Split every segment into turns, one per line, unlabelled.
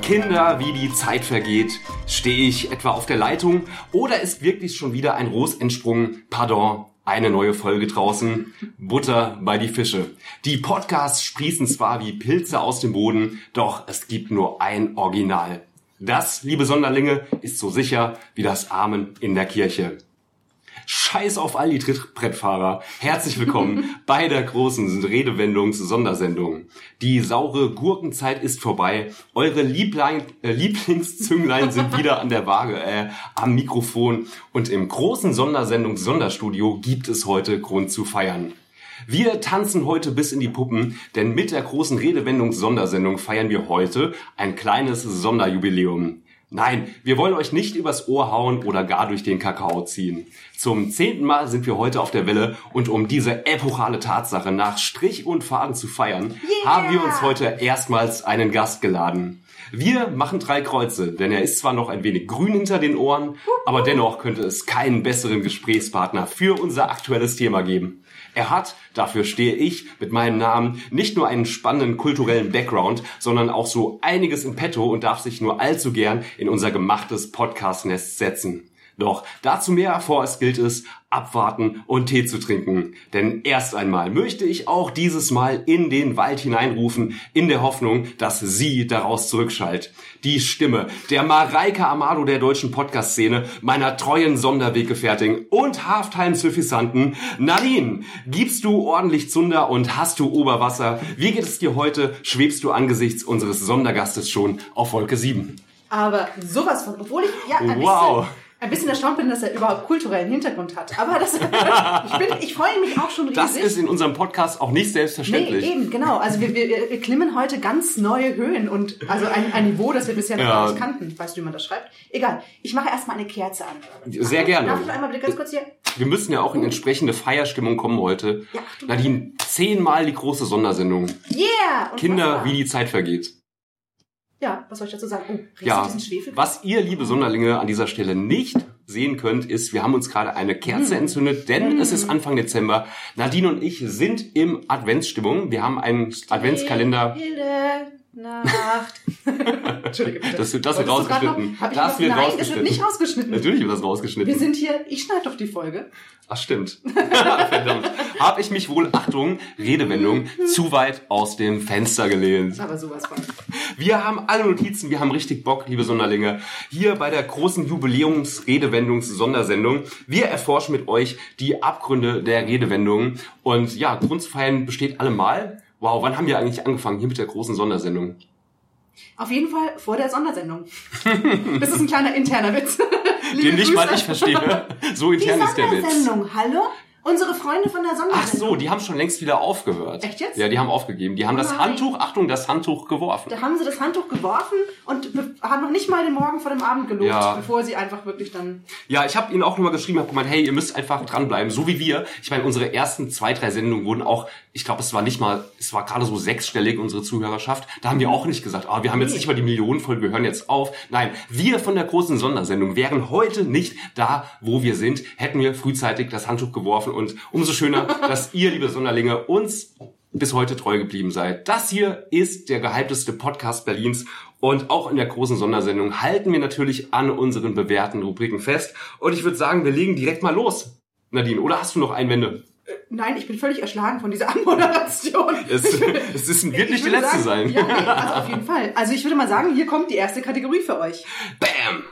Kinder, wie die Zeit vergeht. Stehe ich etwa auf der Leitung oder ist wirklich schon wieder ein Ros entsprungen? Pardon, eine neue Folge draußen. Butter bei die Fische. Die Podcasts sprießen zwar wie Pilze aus dem Boden, doch es gibt nur ein Original. Das, liebe Sonderlinge, ist so sicher wie das Amen in der Kirche. Scheiß auf all die Trittbrettfahrer. Herzlich willkommen bei der großen Redewendungs-Sondersendung. Die saure Gurkenzeit ist vorbei. Eure Lieblein, äh, Lieblingszünglein sind wieder an der Waage, äh, am Mikrofon. Und im großen Sondersendungs-Sonderstudio gibt es heute Grund zu feiern. Wir tanzen heute bis in die Puppen, denn mit der großen Redewendungs-Sondersendung feiern wir heute ein kleines Sonderjubiläum. Nein, wir wollen euch nicht übers Ohr hauen oder gar durch den Kakao ziehen. Zum zehnten Mal sind wir heute auf der Welle und um diese epochale Tatsache nach Strich und Faden zu feiern, haben wir uns heute erstmals einen Gast geladen. Wir machen drei Kreuze, denn er ist zwar noch ein wenig grün hinter den Ohren, aber dennoch könnte es keinen besseren Gesprächspartner für unser aktuelles Thema geben. Er hat, dafür stehe ich mit meinem Namen, nicht nur einen spannenden kulturellen Background, sondern auch so einiges im Petto und darf sich nur allzu gern in unser gemachtes Podcast-Nest setzen. Doch dazu mehr vorerst gilt es, abwarten und Tee zu trinken. Denn erst einmal möchte ich auch dieses Mal in den Wald hineinrufen, in der Hoffnung, dass sie daraus zurückschallt. Die Stimme der Mareike Amado der deutschen Podcast-Szene, meiner treuen Sonderweggefährtin und Halftime-Suffisanten, Nadine, gibst du ordentlich Zunder und hast du Oberwasser? Wie geht es dir heute? Schwebst du angesichts unseres Sondergastes schon auf Wolke 7?
Aber sowas von, obwohl ich ja ein,
Wow.
bisschen, ein bisschen erstaunt bin, dass er überhaupt kulturellen Hintergrund hat. Aber das, ich, bin, ich freue mich auch schon riesig.
Das ist in unserem Podcast auch nicht
Nee,
selbstverständlich.
eben, genau. Also wir, wir, wir klimmen heute ganz neue Höhen und also ein, ein Niveau, das wir bisher noch
Ja.
gar nicht kannten. Weißt du, wie man das schreibt? Egal. Ich mache erstmal eine Kerze an.
Sehr gerne.
Darf ich einmal bitte ganz kurz hier?
Wir müssen ja auch in entsprechende Feierstimmung kommen heute.
Ja, ach du-
Nadine, zehnmal die große Sondersendung.
Yeah! Und
Kinder,
Wasser.
wie die Zeit vergeht.
Ja, was soll ich dazu sagen? Oh, riechst du
Ja,
diesen Schwefel?
was ihr, liebe Sonderlinge, an dieser Stelle nicht sehen könnt, ist, wir haben uns gerade eine Kerze
Hm.
entzündet, denn es ist Anfang Dezember. Nadine und ich sind im Adventsstimmung. Wir haben einen Adventskalender.
Hilde, Nacht. Entschuldige bitte.
Das wird- das wird
Wolltest du grad
rausgeschnitten.
noch- Hab ich
Das
was-
wird
Nein, das wird
rausgeschnitten.
nicht rausgeschnitten.
Natürlich wird das
Wir
rausgeschnitten.
sind hier, ich schneide doch die Folge.
Ach, stimmt. Verdammt. Habe ich mich wohl, Achtung, Redewendung,
Hm.
zu weit aus dem Fenster gelehnt.
Aber sowas von.
Wir haben alle Notizen, wir haben richtig Bock, liebe Sonderlinge. Hier bei der großen Jubiläums-Redewendungs-Sondersendung. Wir erforschen mit euch die Abgründe der Redewendungen. Und ja, Grund zu feiern besteht allemal. Wow, wann haben wir eigentlich angefangen? Hier mit der großen Sondersendung.
Auf jeden Fall vor der Sondersendung. Das ist ein kleiner interner Witz. Liebe
Den nicht
Grüße.
mal ich verstehe. So
Die
intern ist der Witz.
Sondersendung, hallo? Unsere Freunde von der Sondersendung.
Ach so, die haben schon längst wieder aufgehört.
Echt jetzt? Oh
Ja, die haben aufgegeben. Die haben das
Nein.
Handtuch, Achtung, das Handtuch geworfen.
Da haben sie das Handtuch geworfen und be- haben noch nicht mal den Morgen vor dem Abend gelobt,
Ja.
bevor sie einfach wirklich dann...
Ja, ich habe ihnen auch nochmal geschrieben, habe gemeint, hey, ihr müsst einfach dranbleiben, so wie wir. Ich meine, unsere ersten zwei, drei Sendungen wurden auch, ich glaube, es war nicht mal, es war gerade so sechsstellig, unsere Zuhörerschaft. Da haben wir auch nicht gesagt, ah, wir haben jetzt nicht mal die Millionen voll, wir hören jetzt auf. Nein, wir von der großen Sondersendung wären heute nicht da, wo wir sind, hätten wir frühzeitig das Handtuch geworfen und umso schöner, dass ihr, liebe Sonderlinge, uns bis heute treu geblieben seid. Das hier ist der gehypteste Podcast Berlins und auch in der großen Sondersendung halten wir natürlich an unseren bewährten Rubriken fest. Und ich würde sagen, wir legen direkt mal los. Nadine, oder hast du noch Einwände?
Nein, ich bin völlig erschlagen von dieser Anmoderation.
Es, es ist, wird nicht
Ich
die
würde
letzte sein.
sagen, Ja, nee, also auf jeden Fall. Also ich würde mal sagen, hier kommt die erste Kategorie für euch.
Bam!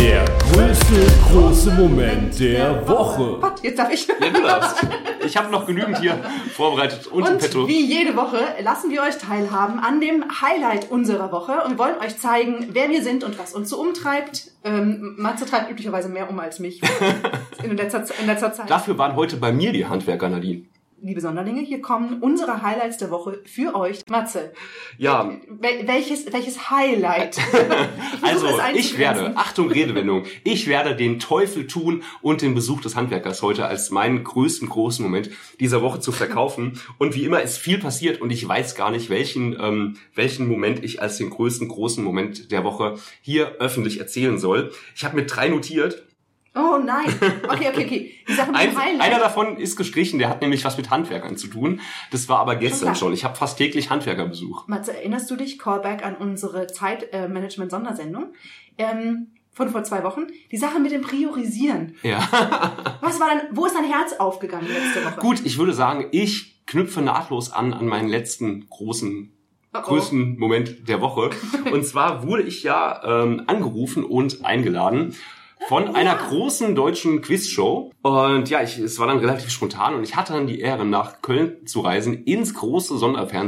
Der größte große Moment der Woche.
Gott, jetzt darf ich.
Ja, du darfst. Ich habe noch genügend hier vorbereitet und, im
Und
Petto.
wie jede Woche lassen wir euch teilhaben an dem Highlight unserer Woche und wollen euch zeigen, wer wir sind und was uns so umtreibt. Ähm, Matze treibt üblicherweise mehr um als mich in letzter, in letzter Zeit.
Dafür waren heute bei mir die Handwerker, Nadine.
Liebe Sonderlinge, hier kommen unsere Highlights der Woche für euch. Matze,
Ja,
wel welches, welches Highlight?
also
es
ich
einzugrenzen.
werde, Achtung Redewendung, ich werde den Teufel tun und den Besuch des Handwerkers heute als meinen größten großen Moment dieser Woche zu verkaufen. Und wie immer ist viel passiert und ich weiß gar nicht, welchen, ähm, welchen Moment ich als den größten großen Moment der Woche hier öffentlich erzählen soll. Ich habe mir drei notiert.
Oh nein. Okay, okay, okay. Die Sache mit
Ein,
dem Highlight.
einer davon ist gestrichen, der hat nämlich was mit Handwerkern zu tun. Das war aber gestern
klar.
schon. Ich habe fast täglich Handwerkerbesuch.
Matze, erinnerst du dich, Callback, an unsere Zeitmanagement-Sondersendung ähm, von vor zwei Wochen? Die Sache mit dem Priorisieren.
Ja.
Was war denn, wo ist dein Herz aufgegangen letzte Woche?
Gut, ich würde sagen, ich knüpfe nahtlos an an meinen letzten großen
Oh, oh.
größten Moment der Woche. Und zwar wurde ich ja ähm, angerufen und eingeladen von einer großen deutschen Quizshow. Und ja, ich, es war dann relativ spontan und ich hatte dann die Ehre, nach Köln zu reisen, ins große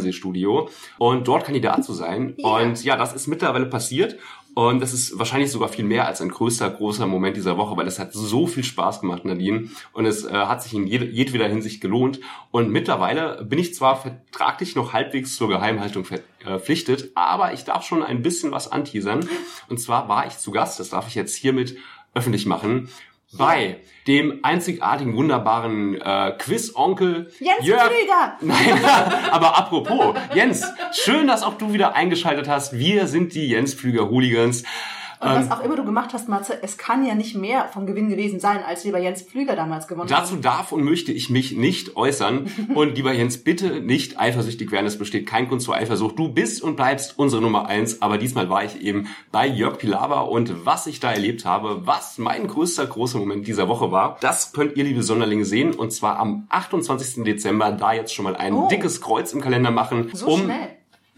Sonderfernsehstudio und dort Kandidat zu sein.
Ja.
Und ja, das ist mittlerweile passiert. Und das ist wahrscheinlich sogar viel mehr als ein größter, großer Moment dieser Woche, weil es hat so viel Spaß gemacht, Nadine. Und es äh, hat sich in jed jedweder Hinsicht gelohnt. Und mittlerweile bin ich zwar vertraglich noch halbwegs zur Geheimhaltung ver- äh, verpflichtet, aber ich darf schon ein bisschen was anteasern. Und zwar war ich zu Gast, das darf ich jetzt hiermit öffentlich machen, bei dem einzigartigen, wunderbaren äh, Quiz-Onkel
Jens
Jörg
Rüdiger!
Nein, aber apropos, Jens, schön, dass auch du wieder eingeschaltet hast. Wir sind die Jens Pflüger Hooligans.
Und was auch immer du gemacht hast, Matze, es kann ja nicht mehr vom Gewinn gewesen sein, als wir bei Jens Pflüger damals gewonnen
Dazu
haben.
darf und möchte ich mich nicht äußern. Und lieber Jens, bitte nicht eifersüchtig werden. Es besteht kein Grund zur Eifersucht. Du bist und bleibst unsere Nummer eins. Aber diesmal war ich eben bei Jörg Pilawa und was ich da erlebt habe, was mein größter großer Moment dieser Woche war, das könnt ihr, liebe Sonderlinge, sehen. Und zwar am 28. Dezember. Da jetzt schon mal ein
Oh.
dickes Kreuz im Kalender machen.
So
um
schnell.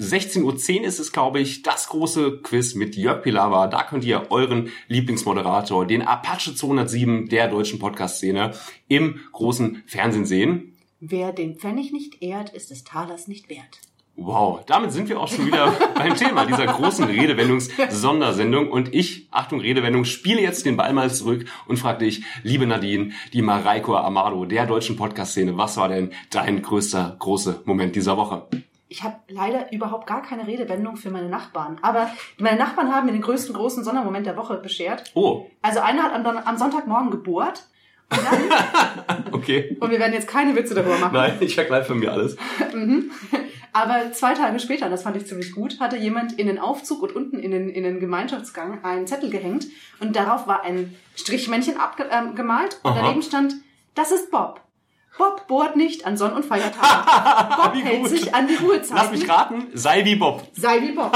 16.10 Uhr ist es, glaube ich, das große Quiz mit Jörg Pilawa. Da könnt ihr euren Lieblingsmoderator, den Apache 207 der deutschen Podcast-Szene, im großen Fernsehen sehen.
Wer den Pfennig nicht ehrt, ist des Talers nicht wert.
Wow, damit sind wir auch schon wieder beim Thema dieser großen Redewendungs-Sondersendung. Und ich, Achtung Redewendung, spiele jetzt den Ball mal zurück und frage dich, liebe Nadine, die Mareiko Amado der deutschen Podcast-Szene, was war denn dein größter, großer Moment dieser Woche?
Ich habe leider überhaupt gar keine Redewendung für meine Nachbarn. Aber meine Nachbarn haben mir den größten großen Sondermoment der Woche beschert.
Oh,
Also einer hat am, Don- am Sonntagmorgen gebohrt. Und, dann,
okay.
und wir werden jetzt keine Witze darüber machen.
Nein, ich vergleiche mir alles.
Aber zwei Tage später, das fand ich ziemlich gut, hatte jemand in den Aufzug und unten in den, in den Gemeinschaftsgang einen Zettel gehängt und darauf war ein Strichmännchen abgemalt ähm, gemalt und
Aha.
daneben stand, das ist Bob. Bob bohrt nicht an Sonn- und Feiertagen. Bob
Wie
hält
gut.
sich an die Ruhezeiten.
Lass mich raten, sei wie Bob.
Sei wie Bob.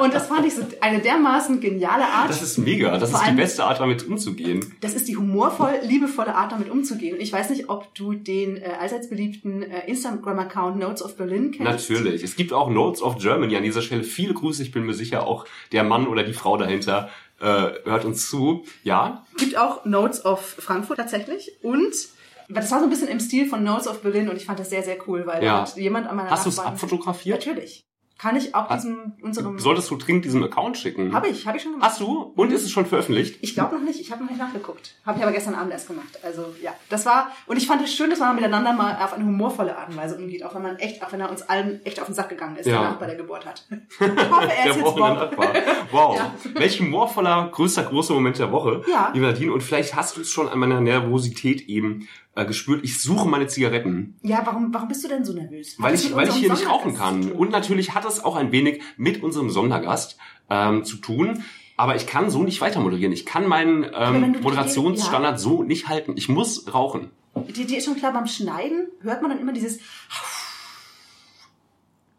Und das fand ich so eine dermaßen geniale Art.
Das ist mega. Das
Vor
ist die
allem-
beste Art, damit umzugehen.
das ist die humorvoll, liebevolle Art, damit umzugehen. Und ich weiß nicht, ob du den äh, allseits beliebten äh, Instagram-Account Notes of Berlin kennst.
Natürlich. Es gibt auch Notes of Germany an dieser Stelle. Viele Grüße. Ich bin mir sicher, auch der Mann oder die Frau dahinter äh, hört uns zu. Ja,
gibt auch Notes of Frankfurt tatsächlich und das war so ein bisschen im Stil von Notes of Berlin und ich fand das sehr, sehr cool, weil
Ja.
da hat jemand an meiner
Hast du es
Nachbarn-
abfotografiert?
Natürlich. Kann ich auch
Ha-
diesem, unserem...
Solltest du dringend diesem Account schicken.
Habe ich, habe ich schon gemacht.
Hast du? Und ist es schon veröffentlicht?
Ich glaube noch nicht, ich habe noch nicht nachgeguckt. Habe ich aber gestern Abend erst gemacht. Also ja, das war, und ich fand es schön, dass man miteinander mal auf eine humorvolle Art und Weise umgeht, auch wenn man echt, auch wenn er uns allen echt auf den Sack gegangen ist,
Ja.
danach bei der Geburt hat. Ich hoffe, er ist
der
jetzt
Wochenende
Bob.
war. Wow.
Ja.
Welch humorvoller, größter, großer Moment der Woche,
Ja.
liebe Nadine. Und vielleicht hast du es schon an meiner Nervosität eben äh, gespürt. Ich suche meine Zigaretten.
Ja, warum, warum bist du denn so nervös? Hat
Weil
das
ich,
mit
weil ich
unserem
hier nicht
Sondergast
rauchen
zu
kann.
tun?
Und natürlich hat es auch ein wenig mit unserem Sondergast ähm, zu tun. Aber ich kann so nicht weiter moderieren. Ich kann meinen
wenn
ähm,
du die-
Moderationsstandard so nicht halten. Ich muss rauchen.
Dir, dir ist schon klar, beim Schneiden hört man dann immer dieses.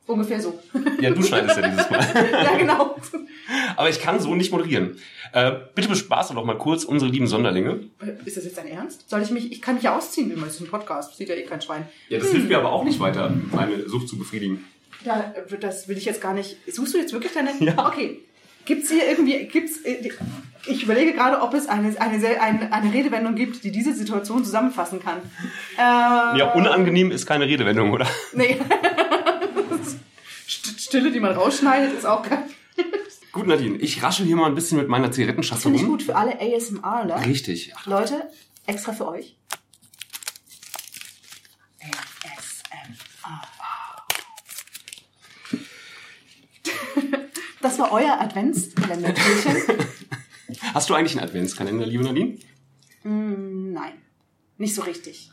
Ungefähr so.
Ja, du schneidest ja dieses Mal.
ja, genau.
Aber ich kann so nicht moderieren. Äh, bitte bespaße doch mal kurz unsere lieben Sonderlinge.
Ist das jetzt dein Ernst? Soll ich mich. Ich kann mich ja ausziehen, wenn man das ist ein Podcast. Sieht ja eh kein Schwein.
Ja, das hilft mir aber auch nicht weiter, meine Sucht zu befriedigen.
Da, das will ich jetzt gar nicht. Suchst du jetzt wirklich deine.
Ja.
Okay. Gibt's hier irgendwie, gibt's, äh, die- ich überlege gerade, ob es eine, eine, sel- eine, eine Redewendung gibt, die diese Situation zusammenfassen kann. Äh,
Ja, unangenehm ist keine Redewendung, oder?
nee. St- Stille, die man rausschneidet, ist auch kein.
Gut, Nadine, ich raschel hier mal ein bisschen mit meiner Zigarettenschachtel
Finde ich
rum.
gut für alle ASMRler.
Richtig. Ach,
Leute, extra für euch. ASMR. Das war euer Adventskalendertürchen.
Hast du eigentlich einen Adventskalender, liebe Nadine?
Ähm, Nein, nicht so richtig.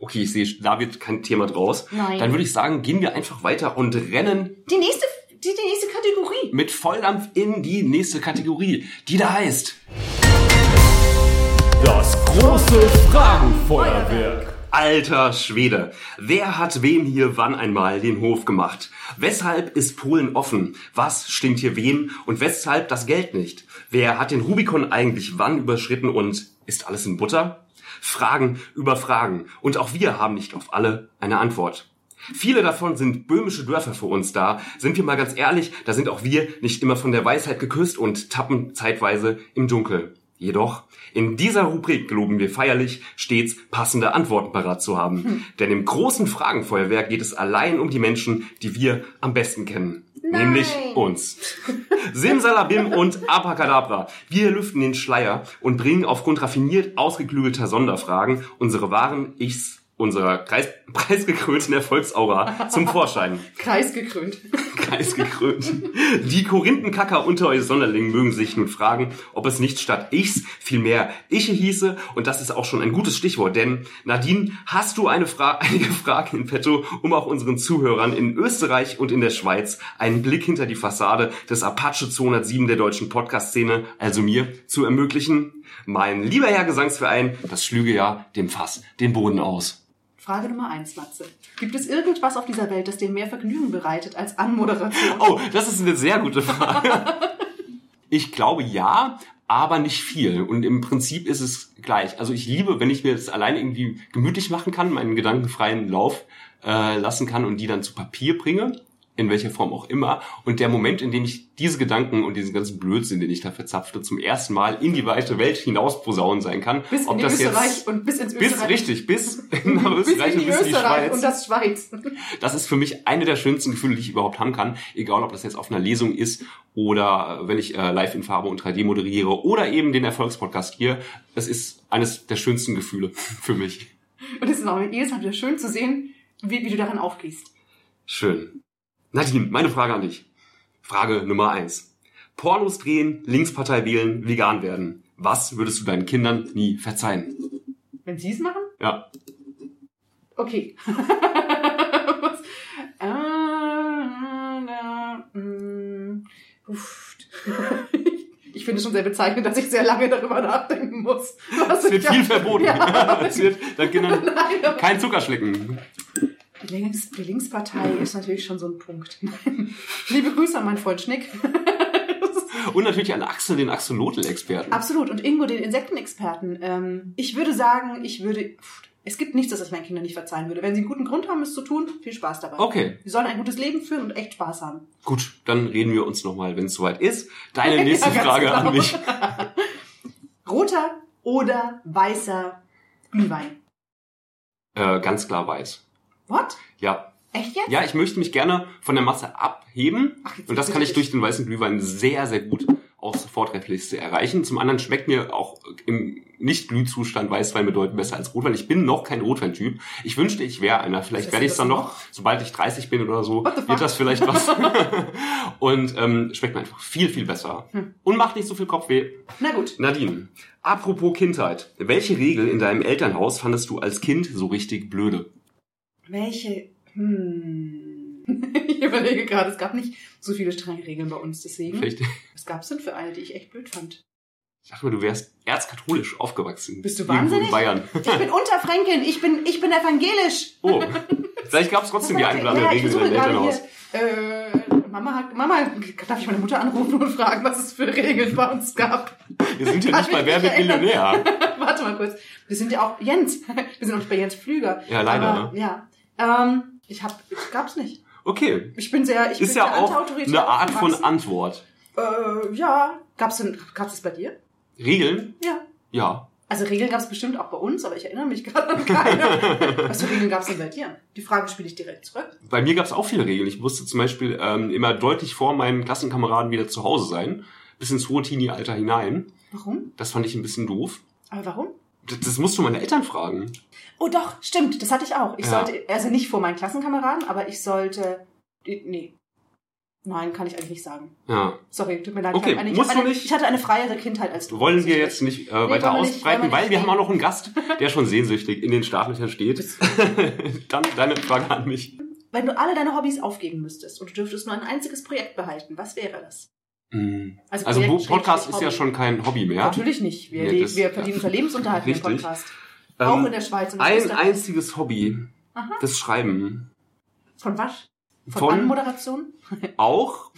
Okay, ich sehe, da wird kein Thema draus.
Nein.
Dann würde ich sagen, gehen wir einfach weiter und rennen
Die nächste, die, die nächste Kategorie.
mit Volldampf in die nächste Kategorie, die da heißt.
Das große Fragenfeuerwerk.
Alter Schwede, wer hat wem hier wann einmal den Hof gemacht? Weshalb ist Polen offen? Was stinkt hier wem und weshalb das Geld nicht? Wer hat den Rubikon eigentlich wann überschritten und ist alles in Butter? Fragen über Fragen und auch wir haben nicht auf alle eine Antwort. Viele davon sind böhmische Dörfer für uns da. Sind wir mal ganz ehrlich, da sind auch wir nicht immer von der Weisheit geküsst und tappen zeitweise im Dunkel. Jedoch, in dieser Rubrik geloben wir feierlich, stets passende Antworten parat zu haben. Denn im großen Fragenfeuerwerk geht es allein um die Menschen, die wir am besten kennen. Nämlich uns. Simsalabim und Abacadabra. Wir lüften den Schleier und bringen aufgrund raffiniert ausgeklügelter Sonderfragen unsere wahren Ichs unserer Kreis preisgekrönten Erfolgsaura zum Vorschein.
Kreisgekrönt.
Kreisgekrönt. Die Korinthenkacker unter euch Sonderlingen mögen sich nun fragen, ob es nicht statt Ichs vielmehr Iche hieße. Und das ist auch schon ein gutes Stichwort, denn Nadine, hast du eine Fra einige Fragen in petto, um auch unseren Zuhörern in Österreich und in der Schweiz einen Blick hinter die Fassade des Apache 207 der deutschen Podcast-Szene, also mir, zu ermöglichen? Mein lieber Herr Gesangsverein, das schlüge ja dem Fass den Boden aus.
Frage Nummer eins, Matze. Gibt es irgendwas auf dieser Welt, das dir mehr Vergnügen bereitet als Anmoderation?
Oh, das ist eine sehr gute Frage. Ich glaube ja, aber nicht viel. Und im Prinzip ist es gleich. Also ich liebe, wenn ich mir das allein irgendwie gemütlich machen kann, meinen gedankenfreien Lauf äh, lassen kann und die dann zu Papier bringe, in welcher Form auch immer. Und der Moment, in dem ich diese Gedanken und diesen ganzen Blödsinn, den ich da verzapfte, zum ersten Mal in die weite Welt hinaus posaunen sein kann.
Bis in die Österreich und bis ins
bis
Österreich.
richtig, bis nach
bis in
Österreich
die
und bis in die
Österreich
Schweiz.
und das Schweiz.
Das ist für mich eine der schönsten Gefühle, die ich überhaupt haben kann. Egal, ob das jetzt auf einer Lesung ist oder wenn ich äh, live in Farbe und 3D moderiere oder eben den Erfolgspodcast hier. Das ist eines der schönsten Gefühle für mich.
Und es ist auch jedes Mal wieder schön zu sehen, wie, wie du daran aufgehst.
Schön. Nadine, meine Frage an dich. Frage Nummer eins: Pornos drehen, Linkspartei wählen, vegan werden. Was würdest du deinen Kindern nie verzeihen?
Wenn sie es machen?
Ja.
Okay. Was? Äh, na, mm, uff. Ich finde es schon sehr bezeichnend, dass ich sehr lange darüber nachdenken muss. Was
Es wird
ich
viel
da-
verboten.
Ja.
Es wird deinen Kindern
Nein, aber-
kein Zucker schlecken.
Die, Links, die Linkspartei ist natürlich schon so ein Punkt. Liebe Grüße an meinen Freund Schnick.
Und natürlich an Axel, den Axolotl-Experten.
Absolut. Und Ingo, den Insektenexperten. Ähm, ich würde sagen, ich würde. Pff, Es gibt nichts, das ich meinen Kindern nicht verzeihen würde. Wenn sie einen guten Grund haben, es zu tun, viel Spaß dabei.
Okay.
Sie sollen ein gutes Leben führen und echt Spaß haben.
Gut, dann reden wir uns nochmal, wenn es soweit ist. Deine
Ja,
nächste
ganz
Frage
genau.
an mich.
Roter oder weißer Glühwein.
Äh, ganz klar weiß.
What?
Ja.
Echt jetzt?
Ja, ich möchte mich gerne von der Masse abheben.
Ach, jetzt
und das
ist
kann ich
richtig.
durch den weißen Glühwein sehr, sehr gut aufs Vortrefflichste erreichen. Zum anderen schmeckt mir auch im Nicht-Glühzustand Weißwein bedeutend besser als Rotwein. Ich bin noch kein Rotweintyp. Ich wünschte, ich wäre einer. Vielleicht
Was
werde ich
ist
es dann
das
noch, sobald ich 30 bin oder so,
What the fuck?
wird das vielleicht was. und ähm, schmeckt mir einfach viel, viel besser.
Hm.
Und macht nicht so viel Kopfweh.
Na gut.
Nadine, apropos Kindheit. Welche Regel in deinem Elternhaus fandest du als Kind so richtig blöde?
Welche. Hm. Ich überlege gerade, es gab nicht so viele strenge Regeln bei uns, deswegen.
Vielleicht,
Was gab's denn für eine, die ich echt blöd fand?
ich dachte mal, du wärst erzkatholisch aufgewachsen.
Bist du
Irgendwo
wahnsinnig?
In Bayern.
Ich bin Unterfränkin, ich bin, ich bin evangelisch.
Oh, vielleicht gab es trotzdem die
Ja,
eine oder andere
ich
Regel in
versuche
deinem
gerade
Elternhaus.
hier, Äh, Mama, hat, Mama, darf ich meine Mutter anrufen und fragen, was es für Regeln bei uns gab?
Wir sind ja
Kann
nicht bei
mich
Wer
nicht
wird
erinnern.
Millionär.
Warte mal kurz. Wir sind ja auch Jens. Wir sind auch nicht bei Jens Flüger.
Ja, leider, ne?
Aber, Ja. Ähm, ich hab, ich gab's nicht.
Okay,
Ich bin sehr, ich
ist
bin
ja
sehr
auch
antiautoritär
eine Art von
aufgewachsen.
Antwort.
Äh, ja. Gab's denn, gab's das bei dir?
Regeln?
Ja.
Ja.
Also Regeln gab's bestimmt auch bei uns, aber ich erinnere mich gerade an keine. Was für Regeln gab's denn bei dir? Die Frage spiele ich direkt zurück.
Bei mir gab es auch viele Regeln. Ich musste zum Beispiel ähm, immer deutlich vor meinen Klassenkameraden wieder zu Hause sein. Bis ins hohe Teenie-Alter hinein.
Warum?
Das fand ich ein bisschen doof.
Aber warum?
Das, das musst du meine Eltern fragen.
Oh doch, stimmt, das hatte ich auch. Ich
Ja.
sollte, also nicht vor meinen Klassenkameraden, aber ich sollte. Nee. Nein, kann ich eigentlich nicht sagen.
Ja.
Sorry, tut mir leid.
Okay,
ich, hab eine, ich,
musst
hab eine,
du nicht.
ich hatte eine freiere Kindheit als du.
Wollen wir jetzt nicht äh, weiter
Nee, wollen wir nicht,
ausbreiten,
wollen wir
weil
nicht.
wir haben auch noch einen Gast, der schon sehnsüchtig in den Startlöchern steht. Dann deine Frage an mich.
Wenn du alle deine Hobbys aufgeben müsstest und du dürftest nur ein einziges Projekt behalten, was wäre das?
Hm. Also wo-
Projekt
Podcast
schrägstrich
ist ja
Hobby.
schon kein Hobby mehr.
Natürlich nicht. Wir,
Nee,
le-
das-
wir verdienen unser Lebensunterhalt mit dem
Richtig.
Podcast.
Ähm,
Auch in der Schweiz. und in
ein
Österreich.
einziges Hobby.
Aha.
Das Schreiben.
Von was? Von,
Von-
Anmoderation?
auch.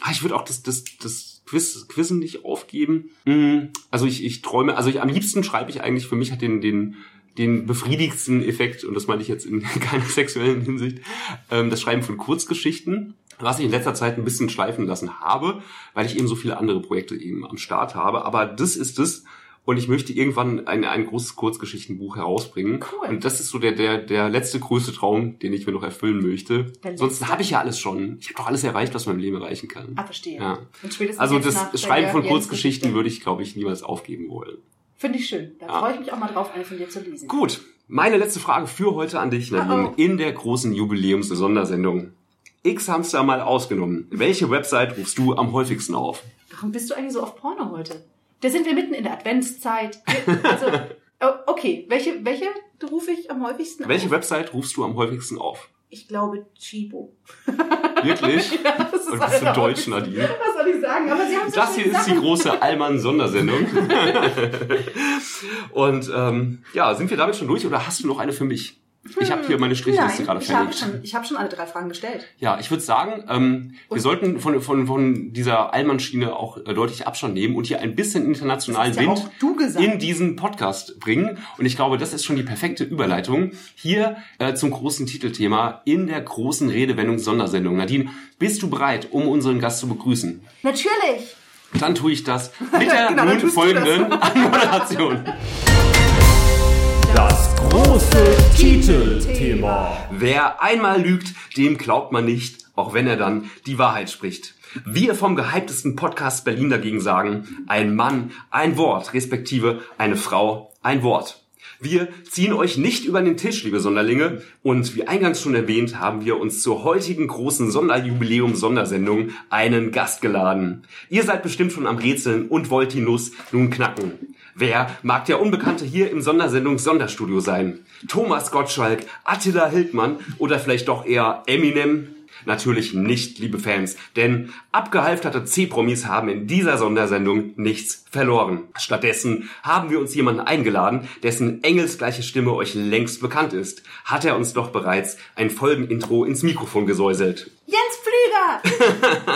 Ah, Ich würde auch das, das, das Quiz, Quizzen nicht aufgeben. Mm, Also ich, ich träume, also ich am liebsten schreibe ich eigentlich, für mich hat den, den, den befriedigsten Effekt, und das meine ich jetzt in keiner sexuellen Hinsicht, ähm, das Schreiben von Kurzgeschichten, was ich in letzter Zeit ein bisschen schleifen lassen habe, weil ich eben so viele andere Projekte eben am Start habe. Aber das ist es. Und ich möchte irgendwann ein, ein großes Kurzgeschichtenbuch herausbringen.
Cool.
Und das ist so der, der, der letzte größte Traum, den ich mir noch erfüllen möchte.
Der
Sonst
letzte.
habe ich ja alles schon. Ich habe doch alles erreicht, was man im Leben erreichen kann.
Ah, verstehe.
Ja.
Und spätestens
Also
jetzt nach der
das Schreiben von
Jens-
Kurzgeschichten würde ich, glaube ich, niemals aufgeben wollen.
Finde ich schön. Da
Ja.
freue ich mich auch mal drauf, eine von dir zu lesen.
Gut, meine letzte Frage für heute an dich, Nadine.
Oh, oh.
In der großen Jubiläums-Sondersendung. X-Hamster mal ausgenommen. Welche Website rufst du am häufigsten auf?
Warum bist du eigentlich so auf Porno heute? Da sind wir mitten in der Adventszeit. Also, oh, okay, welche, welche rufe ich am häufigsten auf?
Welche Website rufst du am häufigsten auf?
Ich glaube Chibo.
Wirklich?
Ja, das
Und
eine
bist du
der
Deutsch,
häufigsten.
Nadine?
Was soll ich sagen? Aber sie haben so
Das hier
schöne
ist die
Sachen.
große Allmann-Sondersendung. Und ähm, ja, sind wir damit schon durch oder hast du noch eine für mich? Ich habe hier meine Strichliste
Hm, Nein,
gerade
ich habe,
fertig.
schon, ich habe schon alle drei Fragen gestellt.
Ja, ich würde sagen, ähm, wir
Und-
sollten von, von, von dieser Allmann-Schiene auch äh, deutlich Abstand nehmen und hier ein bisschen internationalen
Das hast ja
Wind
auch du gesagt.
in diesen Podcast bringen. Und ich glaube, das ist schon die perfekte Überleitung hier äh, zum großen Titelthema in der großen Redewendung Sondersendung. Nadine, bist du bereit, um unseren Gast zu begrüßen?
Natürlich!
Dann tue ich das mit der
Genau, dann
nun
tust du
folgenden Anmoderation.
Das große Titelthema.
Wer einmal lügt, dem glaubt man nicht, auch wenn er dann die Wahrheit spricht. Wir vom gehyptesten Podcast Berlin dagegen sagen, ein Mann, ein Wort, respektive eine Frau, ein Wort. Wir ziehen euch nicht über den Tisch, liebe Sonderlinge. Und wie eingangs schon erwähnt, haben wir uns zur heutigen großen Sonderjubiläum-Sondersendung einen Gast geladen. Ihr seid bestimmt schon am Rätseln und wollt die Nuss nun knacken. Wer mag der Unbekannte hier im Sondersendung Sonderstudio sein? Thomas Gottschalk, Attila Hildmann oder vielleicht doch eher Eminem? Natürlich nicht, liebe Fans, denn abgehalfterte C-Promis haben in dieser Sondersendung nichts verloren. Stattdessen haben wir uns jemanden eingeladen, dessen engelsgleiche Stimme euch längst bekannt ist. Hat er uns doch bereits ein Folgenintro ins Mikrofon gesäuselt.
Jens Pflüger!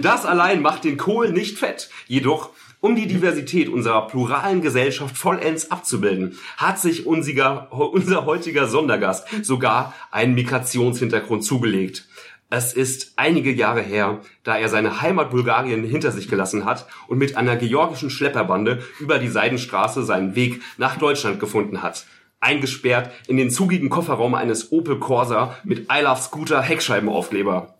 Das allein macht den Kohl nicht fett. Jedoch, um die Diversität unserer pluralen Gesellschaft vollends abzubilden, hat sich unsiger, unser heutiger Sondergast sogar einen Migrationshintergrund zugelegt. Es ist einige Jahre her, da er seine Heimat Bulgarien hinter sich gelassen hat und mit einer georgischen Schlepperbande über die Seidenstraße seinen Weg nach Deutschland gefunden hat. Eingesperrt in den zugigen Kofferraum eines Opel Corsa mit I Love Scooter Heckscheibenaufkleber.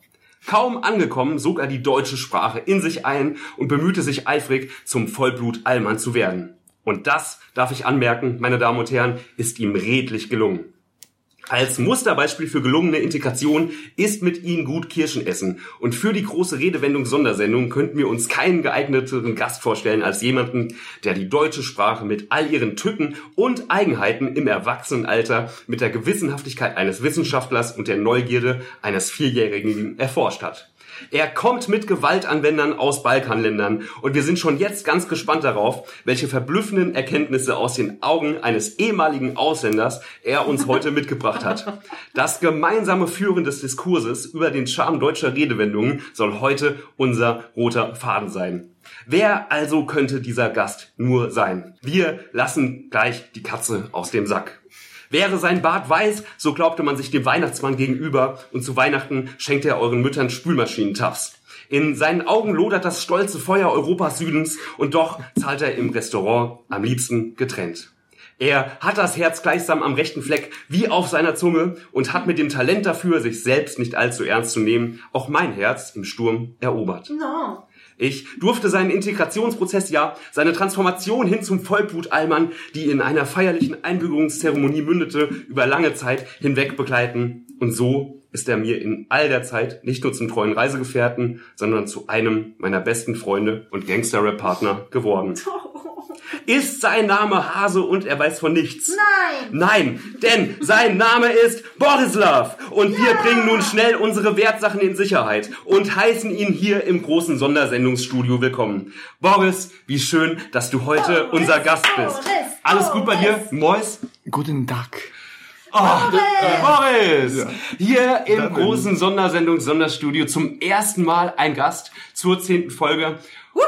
Kaum angekommen, sog er die deutsche Sprache in sich ein und bemühte sich eifrig, zum Vollblut-Allmann zu werden. Und das, darf ich anmerken, meine Damen und Herren, ist ihm redlich gelungen. Als Musterbeispiel für gelungene Integration ist mit ihm gut Kirschen essen. Und für die große Redewendung Sondersendung könnten wir uns keinen geeigneteren Gast vorstellen als jemanden, der die deutsche Sprache mit all ihren Tücken und Eigenheiten im Erwachsenenalter mit der Gewissenhaftigkeit eines Wissenschaftlers und der Neugierde eines Vierjährigen erforscht hat. Er kommt mit Gewaltanwendern aus Balkanländern und wir sind schon jetzt ganz gespannt darauf, welche verblüffenden Erkenntnisse aus den Augen eines ehemaligen Ausländers er uns heute mitgebracht hat. Das gemeinsame Führen des Diskurses über den Charme deutscher Redewendungen soll heute unser roter Faden sein. Wer also könnte dieser Gast nur sein? Wir lassen gleich die Katze aus dem Sack. Wäre sein Bart weiß, so glaubte man sich dem Weihnachtsmann gegenüber und zu Weihnachten schenkt er euren Müttern Spülmaschinentaps. In seinen Augen lodert das stolze Feuer Europas Südens und doch zahlt er im Restaurant am liebsten getrennt. Er hat das Herz gleichsam am rechten Fleck wie auf seiner Zunge und hat mit dem Talent dafür, sich selbst nicht allzu ernst zu nehmen, auch mein Herz im Sturm erobert.
No.
Ich durfte seinen Integrationsprozess, ja, seine Transformation hin zum Vollblut-Allmann, die in einer feierlichen Einbürgerungszeremonie mündete, über lange Zeit hinweg begleiten. Und so ist er mir in all der Zeit nicht nur zum treuen Reisegefährten, sondern zu einem meiner besten Freunde und Gangster-Rap-Partner geworden. Ist sein Name Hase und er weiß von nichts?
Nein.
Nein, denn sein Name ist Borislav und wir bringen nun schnell unsere Wertsachen in Sicherheit und heißen ihn hier im großen Sondersendungsstudio willkommen. Boris, wie schön, dass du heute
Boris,
unser Gast bist.
Boris,
Alles gut bei dir,
Boris.
Mois?
Guten Tag.
Oh, Boris! Hier im
Da bin
großen Sondersendung Sonderstudio zum ersten Mal ein Gast zur zehnten Folge.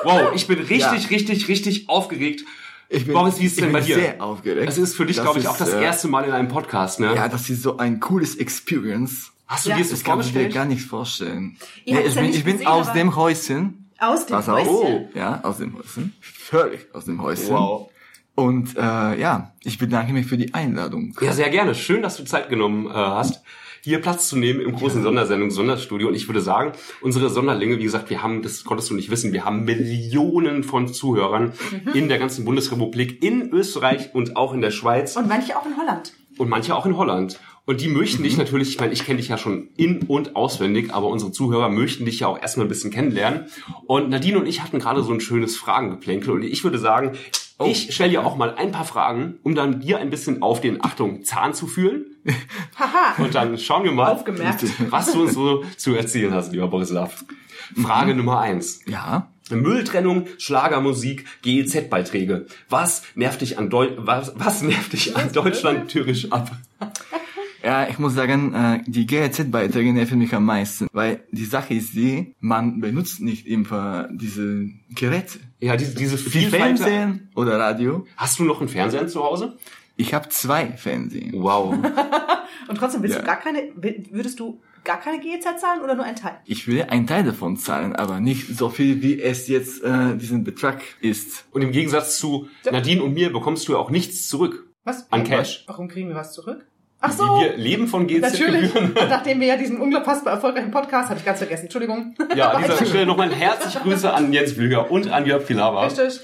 Wow, ich bin richtig,
Ja.
richtig, richtig aufgeregt.
Ich bin-
Boris, wie ist es
ich
denn bei
bin
dir?
sehr aufgeregt.
Es ist für dich,
Das
glaube ich,
ist,
auch das
äh,
erste Mal in einem Podcast, ne?
Ja, das ist so ein cooles Experience.
Hast du
Ja,
dir das
Das kann ich mir
vorgestellt?
gar nicht vorstellen.
Ihr habt's
ich
ja
bin,
nicht
ich bin
gesehen,
aus
aber-
dem Häuschen.
Aus dem
Pass auf.
Häuschen.
Ja, aus dem Häuschen. Völlig aus dem Häuschen.
Wow.
Und äh, ja, ich bedanke mich für die Einladung.
Ja, sehr gerne. Schön, dass du Zeit genommen äh, hast, hier Platz zu nehmen im großen Sondersendung Sonderstudio. Und ich würde sagen, unsere Sonderlinge, wie gesagt, wir haben, das konntest du nicht wissen, wir haben Millionen von Zuhörern in der ganzen Bundesrepublik, in Österreich und auch in der Schweiz
Und manche auch in Holland.
und manche auch in Holland. Und die möchten dich natürlich, ich meine, ich kenne dich ja schon in- und auswendig, aber unsere Zuhörer möchten dich ja auch erstmal ein bisschen kennenlernen. Und Nadine und ich hatten gerade so ein schönes Fragengeplänkel und ich würde sagen, ich stelle dir auch mal ein paar Fragen, um dann dir ein bisschen auf den, Achtung, Zahn zu fühlen.
Haha.
Und dann schauen wir mal,
Aufgemerkt.
was du uns so zu erzählen hast, lieber Borislav. Frage Nummer eins.
Ja.
Mülltrennung, Schlagermusik, GEZ-Beiträge. Was nervt dich an, Deu was, was nervt dich an Deutschland türisch ab?
Ja, ich muss sagen, äh, die GRZ-Beiträge nerven mich am meisten, weil die Sache ist die, man benutzt nicht immer diese Geräte.
Ja, diese, diese
Wie
Vielfalt.
Fernsehen oder Radio.
Hast du noch einen Fernseher zu Hause?
Ich habe zwei Fernsehen.
Wow.
Und trotzdem willst
Ja.
du gar keine, würdest du gar keine GEZ zahlen oder nur einen Teil?
Ich will einen Teil davon zahlen, aber nicht so viel, wie es jetzt äh, diesen Betrag ist.
Und im Gegensatz zu Nadine und mir bekommst du ja auch nichts zurück
Was?
an Cash.
Warum kriegen wir was zurück? Ach so.
Wir leben von
Natürlich,
GZ-Gebühren.
nachdem wir ja diesen unfassbar erfolgreichen Podcast, habe ich ganz vergessen, Entschuldigung.
Ja, an dieser Stelle nochmal herzliche Grüße an Jens Blüger und an Jörg Pilawa.
Richtig.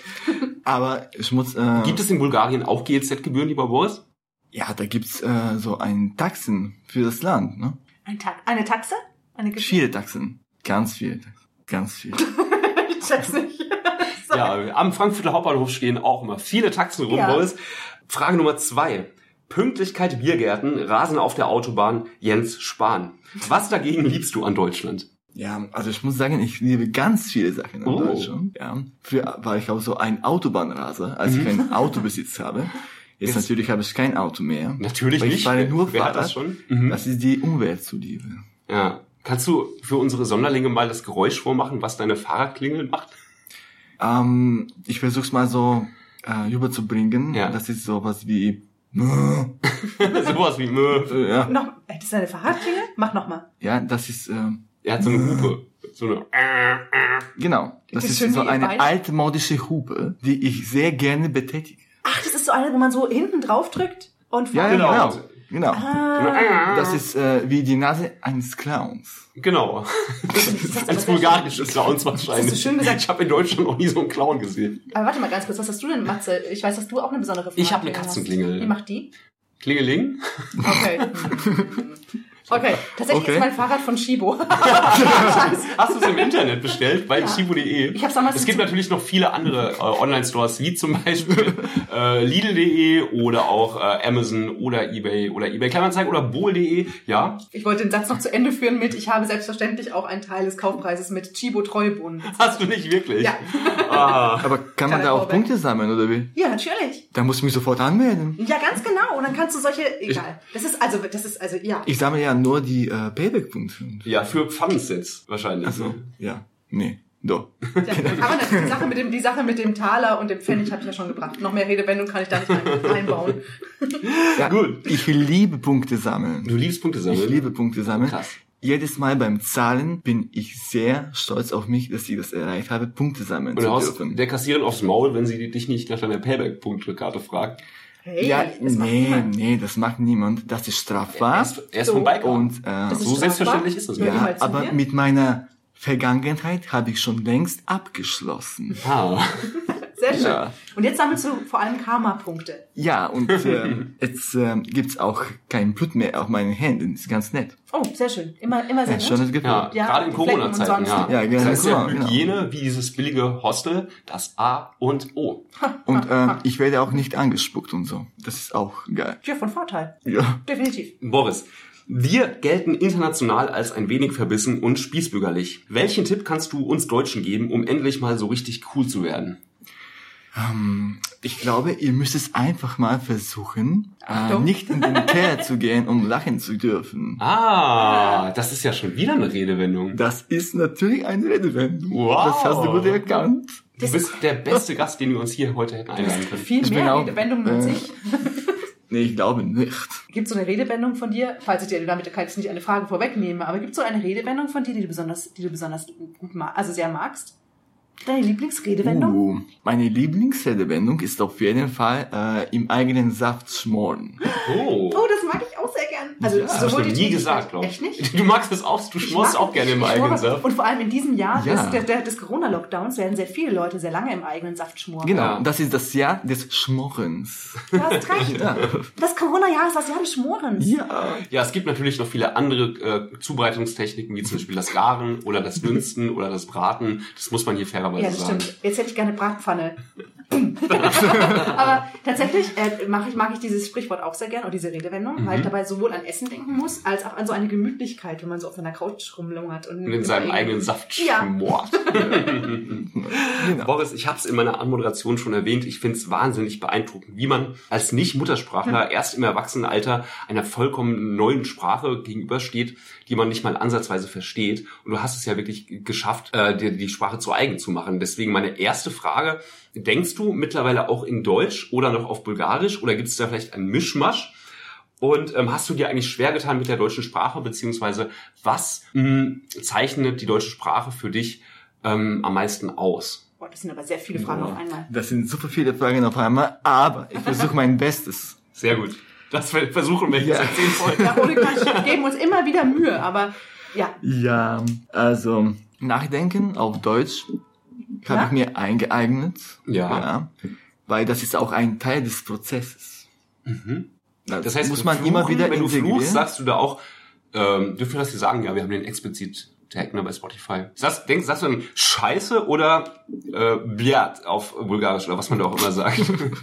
Aber ich muss... Äh,
Gibt es in Bulgarien auch GZ-Gebühren, lieber Boris?
Ja, da gibt's äh, so einen Taxen für das Land, ne?
Ein Tag, eine Taxe? Eine Geschichte?
Viele Taxen. Ganz viele Taxen. Ganz viele.
Ich weiß nicht.
Ja, am Frankfurter Hauptbahnhof stehen auch immer viele Taxen rum,
Ja.
Boris. Frage Nummer zwei. Pünktlichkeit Biergärten, Rasen auf der Autobahn, Jens Spahn. Was dagegen liebst du an Deutschland?
Ja, also ich muss sagen, ich liebe ganz viele Sachen in
Oh.
Deutschland. Ja, früher war ich auch so ein Autobahnraser, als ich einen Autobesitz habe. Jetzt
Mhm. Jetzt-
natürlich habe ich kein Auto mehr.
Natürlich
weil
nicht.
Ich fahre nur
Wer hat
Fahrrad.
das schon? Mhm.
Das ist die Umwelt zuliebe.
Ja. Kannst du für unsere Sonderlinge mal das Geräusch vormachen, was deine Fahrradklingel macht?
Ähm, ich versuch's mal so äh, rüberzubringen.
Ja.
Das ist sowas wie äh,
Sowas wie Mö.
ja,
Noch, äh, das ist eine Fahrradklinge? Mach nochmal.
ja, das ist äh,
Er hat so eine Hupe. So eine.
genau, das
Wie
ist
schön
so
die
eine
beide-
altmodische Hupe, die ich sehr gerne betätige.
Ach, das ist so eine, wo man so hinten drauf drückt und
Ja,
Genau.
ja, genau, genau.
Ah,
Das ist äh, wie die Nase eines Clowns.
Genau.
das
Ein
ist sehr
bulgarisches Clowns wahrscheinlich.
Das hast du schön gesagt.
Ich habe in Deutschland noch nie so einen Clown gesehen.
aber warte mal ganz kurz, was hast du denn, Matze? Ich weiß, dass du auch eine besondere Fahrradklingel
Ich habe eine Katzenklingel.
Hast. Wie macht die?
Klingeling?
Okay. Hm. okay, tatsächlich
Okay.
ist mein Fahrrad von Shibo.
Hast du es im Internet bestellt bei chibo.de?
Ich hab's damals
Es gibt
zu-
natürlich noch viele andere äh, Online-Stores, wie zum Beispiel äh, Lidl.de oder auch äh, Amazon oder eBay oder eBay Kleinanzeigen oder Bohl.de. Ja,
Ich wollte den Satz noch zu Ende führen mit, ich habe selbstverständlich auch einen Teil des Kaufpreises mit Chibo Treubohnen.
hast du nicht wirklich.
Ja.
Ah.
Aber kann man
Kleiner
da auch
Vorwand.
Punkte sammeln oder wie?
Ja, natürlich.
Da muss ich mich sofort anmelden.
Ja, ganz genau. Und dann kannst du solche, egal. Das ist also, das ist also, ja.
Ich sammle ja nur die äh, Payback-Punkte.
Ja, für Pfannensets wahrscheinlich. ne?
Also ja, nee, doch.
ja. Aber das, die, Sache mit dem, die Sache mit dem Taler und dem Pfennig habe ich ja schon gebracht. Noch mehr Redewendung kann ich da nicht ein, einbauen.
Ja,
Gut.
Ich liebe Punkte sammeln.
Du liebst Punkte sammeln. ne?
Ich liebe Punkte sammeln.
Krass.
Jedes Mal beim Zahlen bin ich sehr stolz auf mich, dass ich das erreicht habe, Punkte sammeln
Und
zu
du haust
dürfen.
der Kassiererin aufs Maul, wenn sie dich nicht nach deiner Payback-Punktekarte fragt.
Hey,
ja,
das macht
nee,
niemand.
nee, das macht niemand. Das ist strafbar.
Erst, erst vom Bike an.
und äh,
Das ist
so
strafbar?
selbstverständlich ist das ne?
Hör die
nicht.
ja,
mal zu
aber
mir.
mit meiner Vergangenheit habe ich schon längst abgeschlossen.
Ah.
Sehr schön.
Ja.
Und jetzt sammelst du vor allem Karma-Punkte.
Ja, und ähm, jetzt ähm, gibt's auch kein Blut mehr auf meinen Händen. Ist ganz nett.
Oh, sehr schön. Immer, immer sehr
Ja,
gut.
schönes Gefühl.
Ja,
Ja,
gerade in
Flecken und
Corona-Zeiten, ja.
sonst-
Ja,
Das
genau,
heißt ja,
genau.
Hygiene, wie dieses billige Hostel, das A und O.
Und ähm, ich werde auch nicht angespuckt und so. Das ist auch geil.
Ja, von Vorteil.
Ja.
Definitiv.
Boris, wir gelten international als ein wenig verbissen und spießbürgerlich. Welchen Tipp kannst du uns Deutschen geben, um endlich mal so richtig cool zu werden?
Ich glaube, ihr müsst es einfach mal versuchen, äh,
Achtung.
nicht in den Keller zu gehen, um lachen zu dürfen.
Ah, das ist ja schon wieder eine Redewendung.
Das ist natürlich ein Redewendung.
Wow.
Das hast du gut erkannt.
Du bist der beste Gast, den wir uns hier heute hätten einladen können.
Viel
Ich bin
mehr
auch- äh,
Redewendungen als ich.
Nee, ich glaube nicht.
Gibt es so eine Redewendung von dir, falls ich dir damit kann ich jetzt nicht eine Frage vorwegnehme, aber gibt es so eine Redewendung von dir, die du besonders, die du besonders gut magst, also sehr magst? Deine Lieblingsredewendung?
Uh, meine Lieblingsredewendung ist auf jeden Fall äh, im eigenen Saft schmoren.
Oh.
Oh, das mag ich auch sehr gern. Also
Das habe ich noch nie
Tätigkeit-
gesagt, glaube ich.
Echt nicht?
Du magst es auch, du
Ich
schmorst
mag-
auch gerne im ne?
ich
eigenen
schmore-
Saft.
Und vor allem in diesem Jahr
Ja.
des, der- der- des Corona-Lockdowns werden sehr viele Leute sehr lange im eigenen Saft schmoren.
Genau,
Ja.
das ist das Jahr des Schmorrens.
Du hast recht. Das Corona-Jahr ist das Jahr des Schmorens.
Ja.
Ja, es gibt natürlich noch viele andere äh, Zubereitungstechniken, wie zum Beispiel das Garen oder das Dünsten oder das Braten. Das muss man hier fairerweise
Ja, das
sagen.
stimmt. Jetzt hätte ich gerne Bratpfanne. Aber tatsächlich äh, mag, ich, mag ich dieses Sprichwort auch sehr gern und diese Redewendung, weil ich
Mhm.
dabei sowohl an Essen denken muss, als auch an so eine Gemütlichkeit, wenn man so auf einer Couch rumlungert. Und
Und in seinem eigenen Saft
Äh, Ja.
schmort. Boris, ich habe es in meiner Anmoderation schon erwähnt. Ich finde es wahnsinnig beeindruckend, wie man als Nicht-Muttersprachler erst im Erwachsenenalter einer vollkommen neuen Sprache gegenübersteht, die man nicht mal ansatzweise versteht. Und du hast es ja wirklich geschafft, äh, dir die Sprache zu eigen zu machen. Deswegen meine erste Frage, denkst du mittlerweile auch in Deutsch oder noch auf Bulgarisch oder gibt es da vielleicht einen Mischmasch? Und ähm, hast du dir eigentlich schwer getan mit der deutschen Sprache, beziehungsweise was mh, zeichnet die deutsche Sprache für dich ähm, am meisten aus?
Boah, das sind aber sehr viele
Genau.
Fragen auf einmal.
Das sind super viele Fragen auf einmal, aber ich versuche mein Bestes.
Sehr gut. Das ver- versuchen wir jetzt
Ja.
seit 10 Folgen.
Ja, ohne Quatsch, wir geben uns immer wieder Mühe, aber ja,
Ja, also nachdenken auf Deutsch habe
Ja?
ich mir eingeeignet.
Ja.
Weil das ist auch ein Teil des Prozesses.
Mhm. Das heißt,
muss man
fluchen,
immer wieder
wenn du
integrieren.
fluchst, sagst du da auch, ähm, dürfen wir das hier sagen? Ja, wir haben den explizit Tag ne, bei Spotify. Sagst, denkst, sagst du dann Scheiße oder äh, Bjat auf Bulgarisch oder was man da auch immer sagt?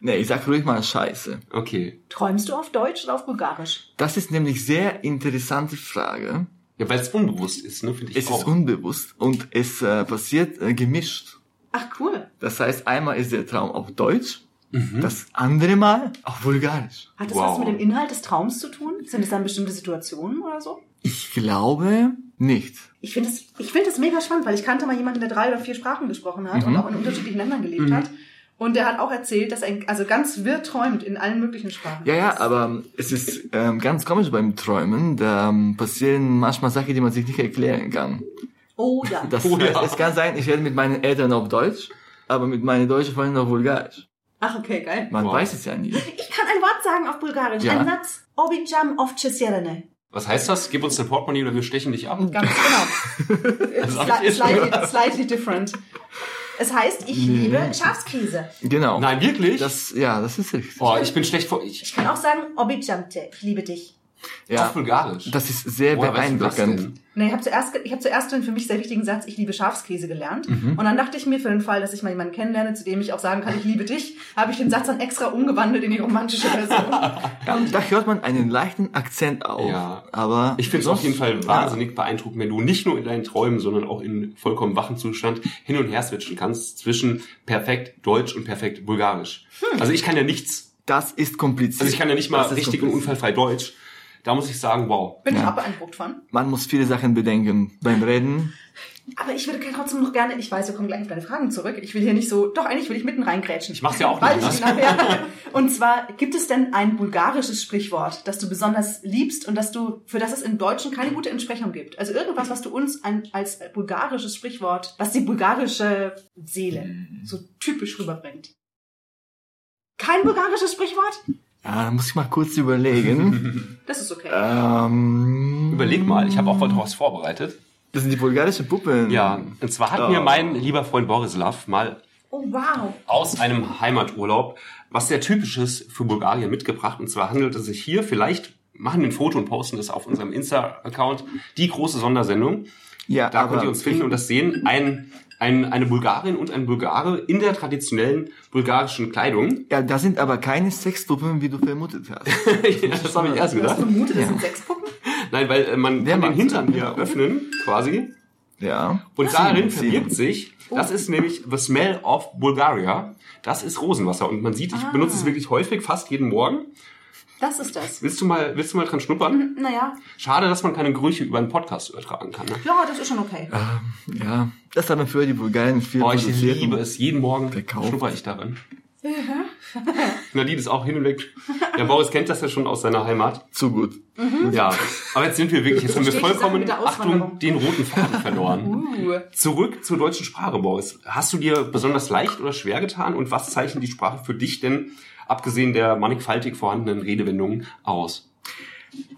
nee, ich sag ruhig mal Scheiße.
Okay.
träumst du auf Deutsch oder auf Bulgarisch?
Das ist nämlich sehr interessante Frage.
Ja, weil es unbewusst ist, ne, finde ich
Es
auch.
ist unbewusst und es äh, passiert äh, gemischt.
Ach cool.
Das heißt, einmal ist der Traum auf Deutsch,
Mhm.
das andere Mal auf Bulgarisch.
Hat das
Wow.
was mit dem Inhalt des Traums zu tun? Sind es dann bestimmte Situationen oder so?
Ich glaube nicht.
Ich finde es ich find das mega spannend, weil ich kannte mal jemanden, der drei oder vier Sprachen gesprochen hat
Mhm.
und auch in unterschiedlichen Ländern gelebt hat. Und der hat auch erzählt, dass er also ganz wirr träumt in allen möglichen Sprachen.
Ja, ja, aber es ist ähm, ganz komisch beim Träumen. Da ähm, passieren manchmal Sachen, die man sich nicht erklären kann.
Oh ja.
Das
Oh ja.
heißt, es kann sein, ich rede mit meinen Eltern auf Deutsch, aber mit meinen deutschen Freunden auf Bulgarisch.
Ach, okay, geil.
Man
Wow.
weiß es ja nie.
Ich kann ein Wort sagen auf Bulgarisch.
Ja.
Ein Satz. Obijam of Cesierene.
Was heißt das? Gib uns dein Portemonnaie oder wir stechen dich ab.
Ganz genau. Sli slightly, slightly different. Es heißt, ich liebe Schafskäse.
Genau.
Nein, wirklich?
Das, ja, das ist richtig.
oh, ich bin schlecht vor. Ich,
Ich kann auch sagen, Obijamte. Ich liebe dich.
ja,
Auf Bulgarisch.
das ist sehr
Woher weißt du das
beeindruckend.
denn?
Nee, ich habe zuerst, ge- ich hab zuerst den für mich sehr wichtigen Satz, ich liebe Schafskäse gelernt. Und dann dachte ich mir, für den Fall, dass ich mal jemanden kennenlerne, zu dem ich auch sagen kann, ich liebe dich, habe ich den Satz dann extra umgewandelt in die romantische Version.
Ja, und da hört man einen leichten Akzent auf.
Ja.
Aber
Ich finde es auf
sonst-
jeden Fall
Ja.
wahnsinnig beeindruckend, wenn du nicht nur in deinen Träumen, sondern auch in vollkommen wachen Zustand hin und her switchen kannst zwischen perfekt Deutsch und perfekt Bulgarisch. Also ich kann ja nichts.
Das ist kompliziert.
Also ich kann ja nicht mal
Das ist
richtig und
kompliziert.
unfallfrei Deutsch. Da muss ich sagen, wow.
Bin ich
Ja.
auch beeindruckt von.
Man muss viele Sachen bedenken beim Reden.
Aber ich würde trotzdem noch gerne, ich weiß, wir kommen gleich auf deine Fragen zurück. Ich will hier nicht so, doch eigentlich will ich mitten reingrätschen. Ich
mach's ja auch
Weil
nicht,
ich nachher, Und zwar, gibt es denn ein bulgarisches Sprichwort, das du besonders liebst und das du, für das es im Deutschen keine gute Entsprechung gibt? Also irgendwas, was du uns ein, als bulgarisches Sprichwort, was die bulgarische Seele so typisch rüberbringt. Kein bulgarisches Sprichwort?
Ja, da muss ich mal kurz überlegen.
Das ist okay.
Äh. ähm,
Überleg mal, ich habe auch was vorbereitet.
Das sind die bulgarischen Puppen.
Ja, und zwar hat
Oh.
mir mein lieber Freund Borislav mal
Oh wow.
aus einem Heimaturlaub was sehr Typisches für Bulgarien mitgebracht. Und zwar handelt es sich hier, vielleicht machen wir ein Foto und posten das auf unserem Insta-Account, die große Sondersendung.
ja
Da
aber
könnt ihr uns finden und das sehen. Ein, ein, eine Bulgarin und ein Bulgare in der traditionellen bulgarischen Kleidung.
Ja, da sind aber keine Sexpuppen, wie du vermutet hast.
ja, das habe ich erst
Du hast
gedacht.
vermutet, das sind sechs Puppen?
Nein, weil äh, man
Wer
kann den
macht's?
Hintern hier öffnen, quasi.
ja.
Und darin
Sieben, sieben.
verbirgt sich,
Oh.
das ist nämlich The Smell of Bulgaria. Das ist Rosenwasser. Und man sieht,
Ah.
ich benutze es wirklich häufig, fast jeden Morgen.
Das ist das. Hm,
Willst du mal, willst du mal dran schnuppern?
Naja,
Schade, dass man keine Gerüche über einen Podcast übertragen kann. Ne?
ja, das ist schon okay.
Ja, das haben früher die Bulgaren viel
Ähm, Boah, ich
produziert.
liebe es. Jeden Morgen
Verkauft.
schnupper ich darin. Nadine ist auch hin und weg. Ja, Boris kennt das ja schon aus seiner Heimat.
Zu gut.
Ja, aber jetzt sind wir wirklich, jetzt haben wir
Verstehe die Sache
vollkommen,
mit der
Achtung,
Auswanderung.
den roten Faden verloren.
Uh.
Zurück zur deutschen Sprache, Boris. Hast du dir besonders leicht oder schwer getan und was zeichnet die Sprache für dich denn, abgesehen der mannigfaltig vorhandenen Redewendungen, aus?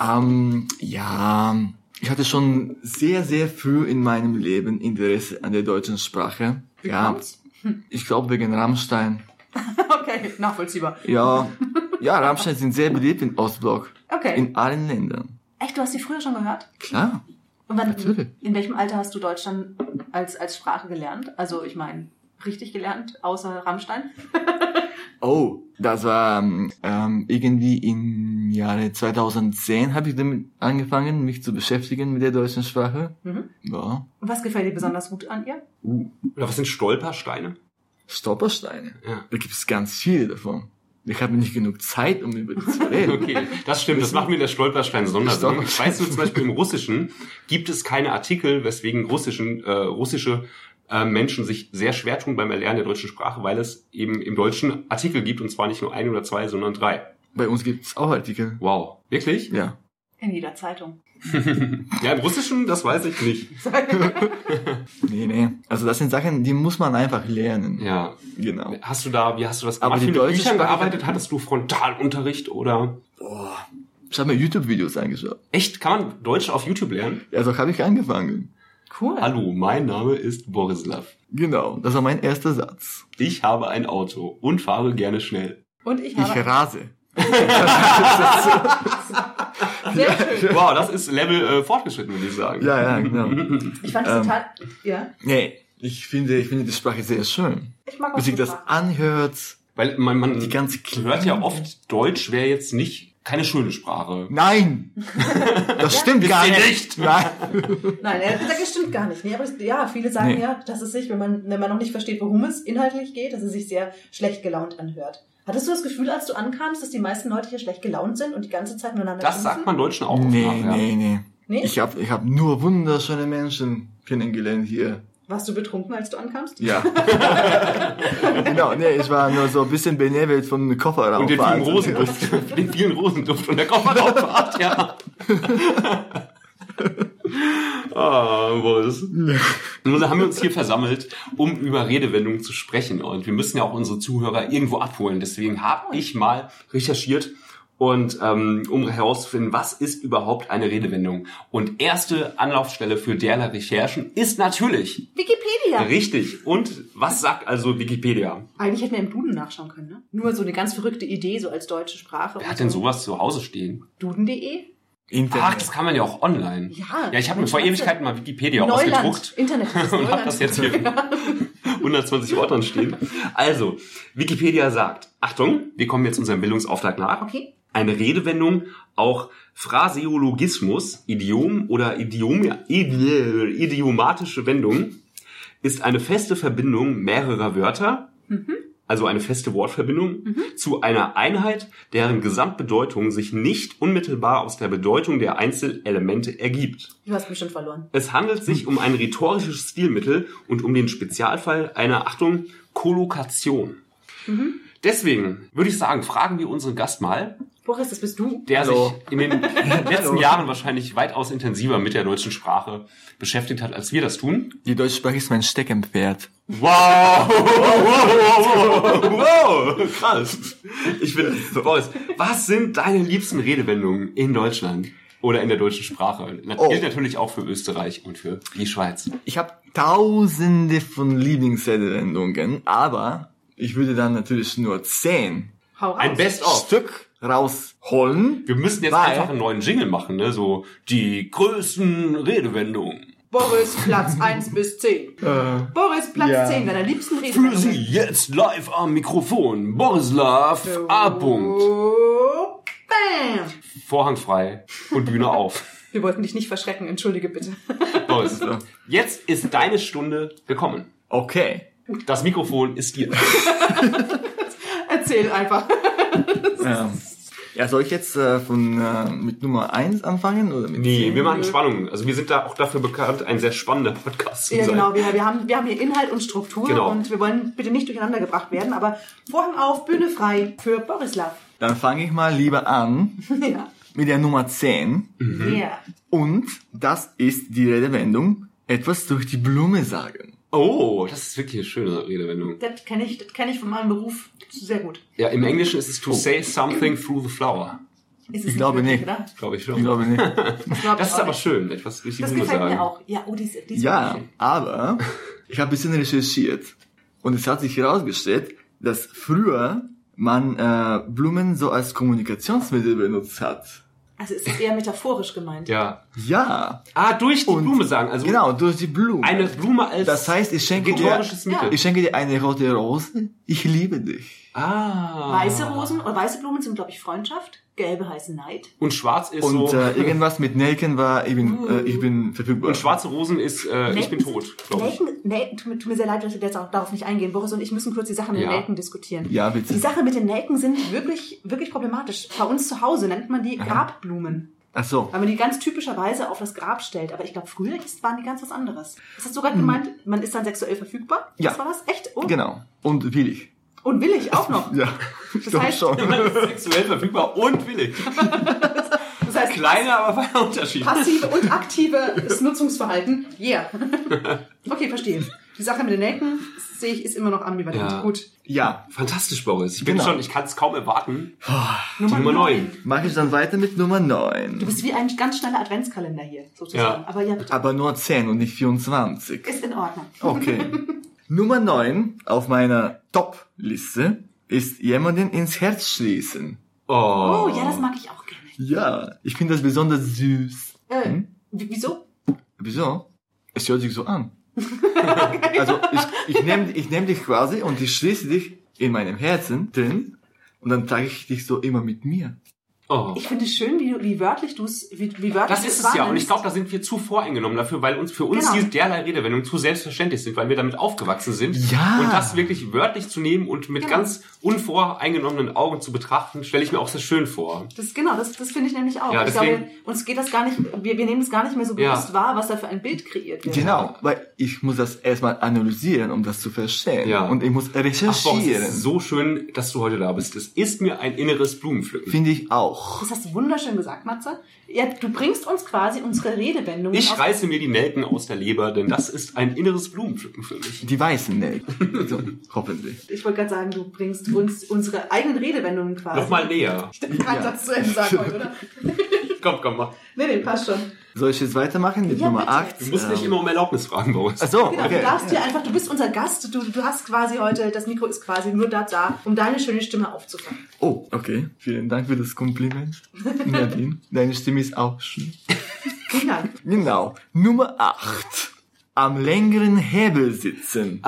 Ähm, ja, ich hatte schon sehr, sehr früh in meinem Leben Interesse an der deutschen Sprache. Wie ja,
kommt's?
ich glaube wegen Rammstein.
Okay, nachvollziehbar.
Ja, ja, Rammstein sind sehr beliebt in Ostblock.
Okay.
In allen Ländern.
Echt, du hast die früher schon gehört?
Klar.
Und wann,
Natürlich.
In welchem Alter hast du Deutsch dann als, als Sprache gelernt? Also, ich meine, richtig gelernt, außer Rammstein?
Oh, das war ähm, ähm, irgendwie im Jahre 2010 habe ich damit angefangen, mich zu beschäftigen mit der deutschen Sprache.
Mhm.
Ja.
Und was gefällt dir besonders gut an ihr?
Uh,
Oder was sind Stolpersteine?
Stolpersteine.
Ja.
Da gibt es ganz viele davon. Ich habe nicht genug Zeit, um über die zu reden.
Okay, das stimmt, das machen wir in der Stolperstein-Sondersendung. Weißt du, zum Beispiel im Russischen gibt es keine Artikel, weswegen russischen, äh, russische äh, Menschen sich sehr schwer tun beim Erlernen der deutschen Sprache, weil es eben im Deutschen Artikel gibt und zwar nicht nur ein oder zwei, sondern drei.
Bei uns gibt es auch Artikel.
Wow. Wirklich?
Ja.
In jeder Zeitung.
Ja, im Russischen, das weiß ich nicht.
Nee, nee. Also das sind Sachen, die muss man einfach lernen.
Ja.
Genau.
Hast du da, wie hast du das
Aber
gemacht? Hast du
die
mit
deutsche
Büchern
Sprache-
gearbeitet? Hattest du Frontalunterricht oder?
Ich habe mir YouTube-Videos angeschaut.
Echt? Kann man Deutsch auf YouTube lernen?
Ja, so habe ich angefangen.
Cool.
Hallo, mein Name ist Borislav.
Genau. Das war mein erster Satz.
Ich habe ein Auto und fahre gerne schnell.
Und ich
Ich
habe.
rase.
sehr schön.
Wow, das ist Level äh, fortgeschritten, würde ich sagen.
Ja, ja, genau.
Ich fand es
Ähm.
total. Ja.
Nee, ich finde, ich finde die Sprache sehr schön.
Ich mag auch
Wie sich
so
das
Sprachen.
anhört.
Weil man, man
Die ganz kleinen-
hört ja oft, Deutsch wäre jetzt nicht keine schöne Sprache.
Nein! Das stimmt gar
ihr
nicht.
nicht?
Nein.
Nein, ehrlich gesagt, das stimmt gar nicht. Nee, aber es- ja, viele sagen
Nee.
ja, dass es sich, wenn man, wenn man noch nicht versteht, worum es inhaltlich geht, dass es sich sehr schlecht gelaunt anhört. Hattest du das Gefühl, als du ankamst, dass die meisten Leute hier schlecht gelaunt sind und die ganze Zeit miteinander
Das
schimpfen?
sagt man Deutschen auch oft
Nee,
nach, ja.
nee, nee.
Nee?
Ich habe ich hab nur wunderschöne Menschen kennengelernt hier.
Warst du betrunken, als du ankamst?
Ja. genau, nee, ich war nur so ein bisschen benebelt vom Kofferraum.
Und den vielen Rosenduft. den vielen Rosenduft und der halt Kofferraumfahrt, ja. Ah, Boris. Nun haben wir uns hier versammelt, um über Redewendungen zu sprechen. Und wir müssen ja auch unsere Zuhörer irgendwo abholen. Deswegen habe ich mal recherchiert und ähm, um herauszufinden, was ist überhaupt eine Redewendung. Und erste Anlaufstelle für derlei Recherchen ist natürlich
Wikipedia!
richtig. Und was sagt also Wikipedia?
Eigentlich hätten wir im Duden nachschauen können, ne? Nur so eine ganz verrückte Idee, so als deutsche Sprache.
Wer hat denn sowas zu Hause stehen?
Duden.de?
Ach,
Internet.
das kann man ja auch online.
Ja.
Ja, ich habe mir vor Ewigkeiten mal Wikipedia
Neuland.
ausgedruckt
Internet. ist
und habe
Neuland.
das jetzt hier 120 Ordnern stehen. Also, Wikipedia sagt, Achtung, wir kommen jetzt unserem Bildungsauftrag nach.
Okay.
Eine Redewendung, auch Phraseologismus, Idiom oder Idiom, Idi-
Mhm.
idiomatische Wendung, ist eine feste Verbindung mehrerer Wörter, also eine feste Wortverbindung, zu einer Einheit, deren Gesamtbedeutung sich nicht unmittelbar aus der Bedeutung der Einzelelemente ergibt.
Du hast bestimmt verloren.
Es handelt sich um ein rhetorisches Stilmittel und um den Spezialfall einer, Achtung, Kollokation. Deswegen würde ich sagen, fragen wir unseren Gast mal,
Boris, das bist du.
der
Hallo.
sich in den letzten Jahren wahrscheinlich weitaus intensiver mit der deutschen Sprache beschäftigt hat, als wir das tun.
Die deutsche Sprache ist mein Steckenpferd.
Wow! Wow! Krass! Ich bin Boris, was sind deine liebsten Redewendungen in Deutschland? Oder in der deutschen Sprache. Das
Oh.
gilt natürlich auch für Österreich und für die Schweiz.
Ich habe tausende von Lieblingsredewendungen, aber ich würde dann natürlich nur zehn
Hau raus.
Ein Best-of.
Stück rausholen.
Oh. Wir müssen jetzt
Weil-
einfach einen neuen Jingle machen, ne? So, die größten Redewendungen.
Boris, Platz 1 bis 10. Boris, Platz
ja.
10, deiner liebsten Rede.
Für Sie jetzt live am Mikrofon. Borislav A. Punkt.
Oh, bam.
Vorhang frei und Bühne auf.
Wir wollten dich nicht verschrecken, entschuldige bitte.
Boris, jetzt ist deine Stunde gekommen.
Okay.
Das Mikrofon ist dir.
Erzähl einfach.
Ähm, ja, soll ich jetzt äh, von äh, mit Nummer eins anfangen oder mit
Nee,
zehn?
wir machen Spannung. Also wir sind da auch dafür bekannt, ein sehr spannender Podcast zu
Ja,
sein.
genau. Wir, wir, haben, wir haben hier Inhalt und Struktur
Genau.
und wir wollen bitte nicht durcheinander gebracht werden, aber Vorhang auf, Bühne frei für Borislav.
Dann fange ich mal lieber an
Ja.
mit der Nummer zehn.
Mhm.
Ja.
Und das ist die Redewendung etwas durch die Blume sagen.
Oh, das ist wirklich eine schöne Redewendung.
Das kenne ich, das kenn ich von meinem Beruf sehr gut.
Ja, im Englischen ist es to
Oh.
say something through the flower.
Ist es
glaube
wirklich,
nicht.
Oder?
Glaube ich
Ich
schon.
glaube nicht.
Das, glaub
Das
ich
ist
auch
aber
nicht.
schön, etwas durch die
Das
Blume
gefällt
sagen.
mir auch. Ja, oh, die ist, die ist
Ja,
wirklich schön.
aber ich habe ein bisschen recherchiert und es hat sich herausgestellt, dass früher man äh, Blumen so als Kommunikationsmittel benutzt hat.
Also es ist eher metaphorisch gemeint.
Ja.
Ja,
Ah, durch die
Und-
Blume sagen. Also
genau, durch die Blume.
eine Blume als
das heißt, ich schenke, dir,
rhetorisches Mittel.
ich schenke dir eine rote Rose, ich liebe dich.
Ah.
Weiße Rosen oder weiße Blumen sind, glaube ich, Freundschaft. Gelbe heißen Neid.
Und schwarz ist
Und
so.
äh, irgendwas mit Nelken war, ich bin, äh, ich bin verfügbar.
und schwarze Rosen ist, äh, ich bin
Nelken-
tot, glaube ich.
Nelken, Nelken, tut, mir, tut mir sehr leid, dass wir jetzt auch darauf nicht eingehen. Boris und ich müssen kurz die Sache mit
Ja.
den Nelken diskutieren.
Ja, bitte.
Die Sache mit den Nelken sind wirklich, wirklich problematisch. Bei uns zu Hause nennt man die Grabblumen,
Ach so.
weil man die ganz typischerweise auf das Grab stellt. Aber ich glaube, früher ist- waren die ganz was anderes. Ist das sogar gemeint, man ist dann sexuell verfügbar?
Ja.
Das war das? Echt? Oh.
Genau. Und willig.
Und will ich auch noch.
Ja. Ich glaub
heißt-
Man ist sexuell verfügbar und willig.
Das heißt,
Kleiner, aber feiner Unterschied.
passive und aktives Nutzungsverhalten. Yeah. Okay, verstehe. Die Sache mit den Nelken, das sehe ich, ist immer noch ambivalent.
Ja.
Gut.
Ja,
Fantastisch, Boris. Ich bin
Genau.
schon, ich kann es kaum erwarten. Die Nummer 9.
mache ich dann weiter mit Nummer
Du
9.
bist wie ein ganz schneller Adventskalender hier, sozusagen.
Ja.
Aber ja, bitte.
Aber nur 10 und nicht 24.
Ist in Ordnung.
Okay. Nummer 9 auf meiner Top-Liste ist jemanden ins Herz schließen.
Oh.
Oh, ja, das mag ich auch gerne.
Ja, ich finde das besonders süß.
Äh,
Hm?
w- Wieso?
Wieso? Es hört sich so an. also ich, ich nehme ich nehm dich quasi und ich schließe dich in meinem Herzen drin und dann trage ich dich so immer mit mir.
Oh.
Ich finde es schön, wie, du- wie wörtlich du es wie, wie wörtlich
Das
du
ist es ja. Und ich
wahrnimmst.
glaube, da sind wir zu voreingenommen dafür, weil uns für uns
Genau.
diese derlei Redewendungen zu selbstverständlich sind, weil wir damit aufgewachsen sind.
Ja.
Und das wirklich wörtlich zu nehmen und mit
Genau.
ganz unvoreingenommenen Augen zu betrachten, stelle ich mir auch sehr schön vor.
Das, genau, das, das finde ich nämlich auch.
Ja,
ich
deswegen-
glaube, uns geht das gar nicht, wir, wir nehmen es gar nicht mehr so
Ja.
bewusst wahr, was da für ein Bild kreiert wird.
Genau, weil ich muss das erstmal analysieren, um das zu verstehen.
Ja.
Und ich muss
Ach, boah, es
recherchieren.
ist so schön, dass du heute da bist. Es ist mir ein inneres Blumenpflücken.
Finde ich auch.
Das hast du wunderschön gesagt, Matze. Ja, du bringst uns quasi unsere Redewendungen
Ich
aus-
reiße mir die Nelken aus der Leber, denn das ist ein inneres Blumenpflücken für mich.
Die weißen Nelken. So, hoffentlich.
Ich wollte gerade sagen, du bringst uns unsere eigenen Redewendungen quasi.
Nochmal näher.
Ich kann
Ja.
das zu Ende sagen, heute, oder?
Komm, komm mal.
Nee, nee, passt schon.
Soll ich jetzt weitermachen mit
Ja,
Nummer
bitte.
8?
Du musst nicht immer um Erlaubnis fragen, Boris.
Ähm. Ach so,
Genau,
okay.
du darfst hier einfach, du bist unser Gast, du, du hast quasi heute, das Mikro ist quasi nur da, da um deine schöne Stimme aufzufangen.
Oh, okay. Vielen Dank für das Kompliment, Nadine. Deine Stimme ist auch schön.
Vielen Dank.
Genau. Nummer 8. Am längeren Hebel sitzen.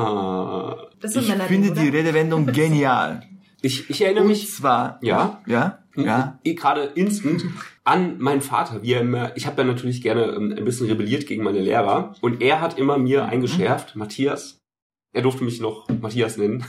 Ah.
Das sind
Ich
Männer,
finde
oder?
die Redewendung genial.
Ich, ich erinnere
Und
mich
zwar...
Ja?
Ja? Ja?
eh gerade instant an meinen Vater, wie er immer, ich habe ja natürlich
Mhm.
gerne ähm, ein bisschen rebelliert gegen meine Lehrer und er hat immer mir eingeschärft, Matthias, Er durfte mich noch Matthias nennen.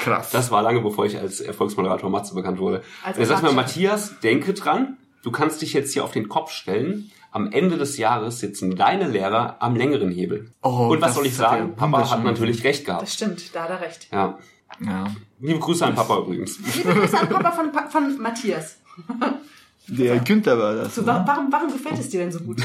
Krass.
Das war lange, bevor ich als Erfolgsmoderator Matze bekannt wurde.
Als
Also er sagt mir,
Quatsch.
Matthias, denke dran, du kannst dich jetzt hier auf den Kopf stellen. Am Ende des Jahres sitzen deine Lehrer am längeren Hebel.
Oh,
Und was
das
soll ich
hat er
sagen? Papa hat
wunderschön
natürlich recht gehabt.
Das stimmt, da hat er recht.
Ja.
ja.
Liebe Grüße an Papa übrigens.
Liebe Grüße an Papa von, Pa- von Matthias.
Der Günther war das. ne?
So, wa- warum, warum gefällt es dir denn so gut?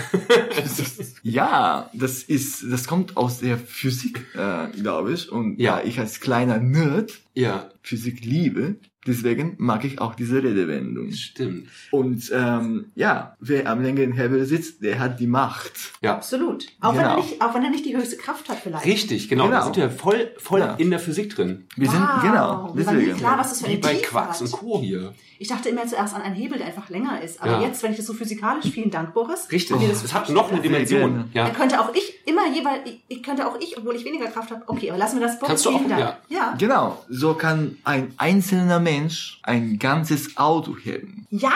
Ja, das ist, das kommt aus der Physik, äh, glaube ich. Und
Ja.
ja. ich als kleiner Nerd
Ja,
Physik liebe, deswegen mag ich auch diese Redewendung.
stimmt.
Und ähm, ja, wer am längeren Hebel sitzt, der hat die Macht.
Ja.
Absolut. Auch, wenn er
Genau.
nicht, auch wenn er nicht die höchste Kraft hat vielleicht.
Richtig, genau. Da
Genau.
sind wir voll, voll
Ja.
in der Physik drin.
Wir sind
Wow,
genau
Mir war nie
deswegen.
klar, was das für
Wie
eine
bei
Tiefe
Quarks und
hat.
Co. hier.
Ich dachte immer zuerst an einen Hebel, der einfach länger ist. Aber
Ja.
jetzt, wenn ich das so physikalisch, vielen Dank, Boris.
Richtig.
Oh,
Mir das
es hat noch eine
Sehr
Dimension.
gerne.
Dann
Ja.
könnte auch ich immer jeweils, ich- ich könnte auch ich, obwohl ich weniger Kraft habe. Okay, aber lassen wir das Boris.
Kannst du
vielen
auch,
Dank. Ja. ja.
Genau, so kann ein einzelner Mensch ein ganzes Auto heben.
so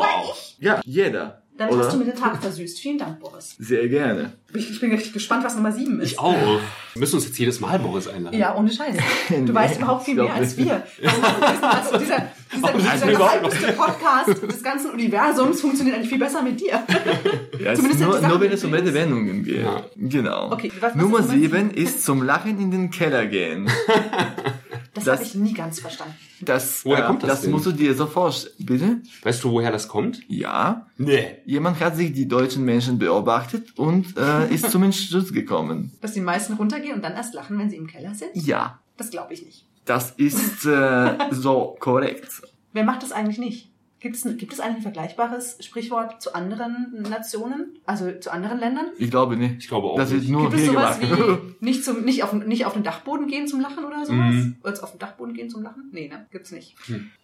war ich.
Ja, jeder.
Damit
oder?
hast du mir den Tag versüßt. Vielen Dank, Boris.
Sehr gerne.
Ich, ich bin richtig gespannt, was Nummer 7 ist.
Ich auch. Wir müssen uns jetzt jedes Mal Boris einladen.
Ja, ohne Scheiß. Du
Nee,
weißt überhaupt viel
glaub
mehr als
nicht.
wir. Also dieser dieser, dieser
Oh, überhaupt noch.
gehypteste Podcast des ganzen Universums funktioniert eigentlich viel besser mit dir.
Ja,
Zumindest
nur,
die Sachen,
nur wenn
die
es
du
um
redest.
Redewendungen geht.
Ja.
Genau.
Okay, was- was
Nummer
ist Nummer
sieben ist zum Lachen in den Keller gehen.
Das,
Das-
habe ich nie ganz verstanden.
Das, äh,
Woher kommt das
das
denn?
musst du dir so vorstellen. Bitte?
Weißt du, woher das kommt?
Ja.
Nee.
Jemand hat sich die deutschen Menschen beobachtet und äh, ist zum Entschluss gekommen.
Dass die meisten runtergehen und dann erst lachen, wenn sie im Keller sind?
Ja,
Das glaube ich nicht.
das ist äh, so korrekt.
Wer macht das eigentlich nicht? Gibt es, gibt es eigentlich ein vergleichbares Sprichwort zu anderen Nationen, also zu anderen Ländern?
Ich glaube nicht.
Ich glaube auch
Das
nicht.
wird nur
Gibt es
hier
sowas
gemacht.
wie nicht, zum, nicht, auf, nicht auf den Dachboden gehen zum Lachen oder sowas?
Mhm.
Oder auf den Dachboden gehen zum Lachen? Nee, ne? Gibt's nicht.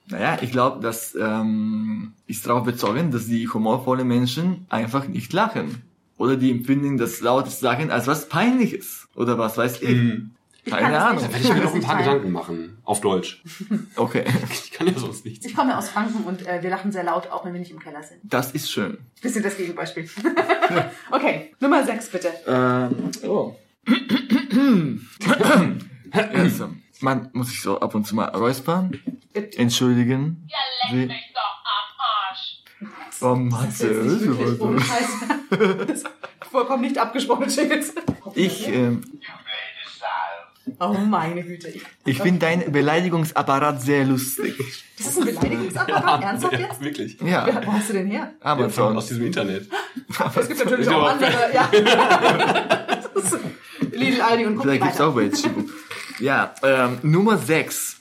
Naja, ich glaube, das ähm, ist darauf bezogen, dass die humorvollen Menschen einfach nicht lachen. Oder die empfinden das lautes Lachen als was Peinliches. Oder was weiß ich.
Mhm.
Ich
Keine
kann das
Ahnung.
nicht.
Da
Werde ich mir
kann
noch
das
ein
nicht
paar
teilen.
Gedanken machen. Auf Deutsch.
Okay,
Ich kann ja sonst nichts.
Ich komme aus Franken und äh, wir lachen sehr laut, auch wenn wir nicht im Keller sind.
das ist schön.
Bisschen das Gegenbeispiel. okay, Nummer 6 bitte.
Ähm, oh. also, man muss sich so ab und zu mal räuspern. Entschuldigen.
Ihr leckt mich doch am Arsch.
Oh,
Das ist jetzt nicht wirklich ohne Scheiß. Das ist vollkommen nicht abgesprochen, Schild.
Ich, ähm,
Oh meine Güte. Ich-
ich finde deinen Beleidigungsapparat sehr lustig.
Das ist ein Beleidigungsapparat, ernsthaft
ja,
jetzt?
wirklich.
Ja,
Ja,
wo hast du denn her?
aber
Ja, von, aus
sonst.
diesem Internet.
Es gibt natürlich
Ich
auch
glaube-
andere. Ja. Das ist Lidl, Aldi und guck
Vielleicht gibt's
weiter.
auch welche. Ja, ähm, Nummer 6.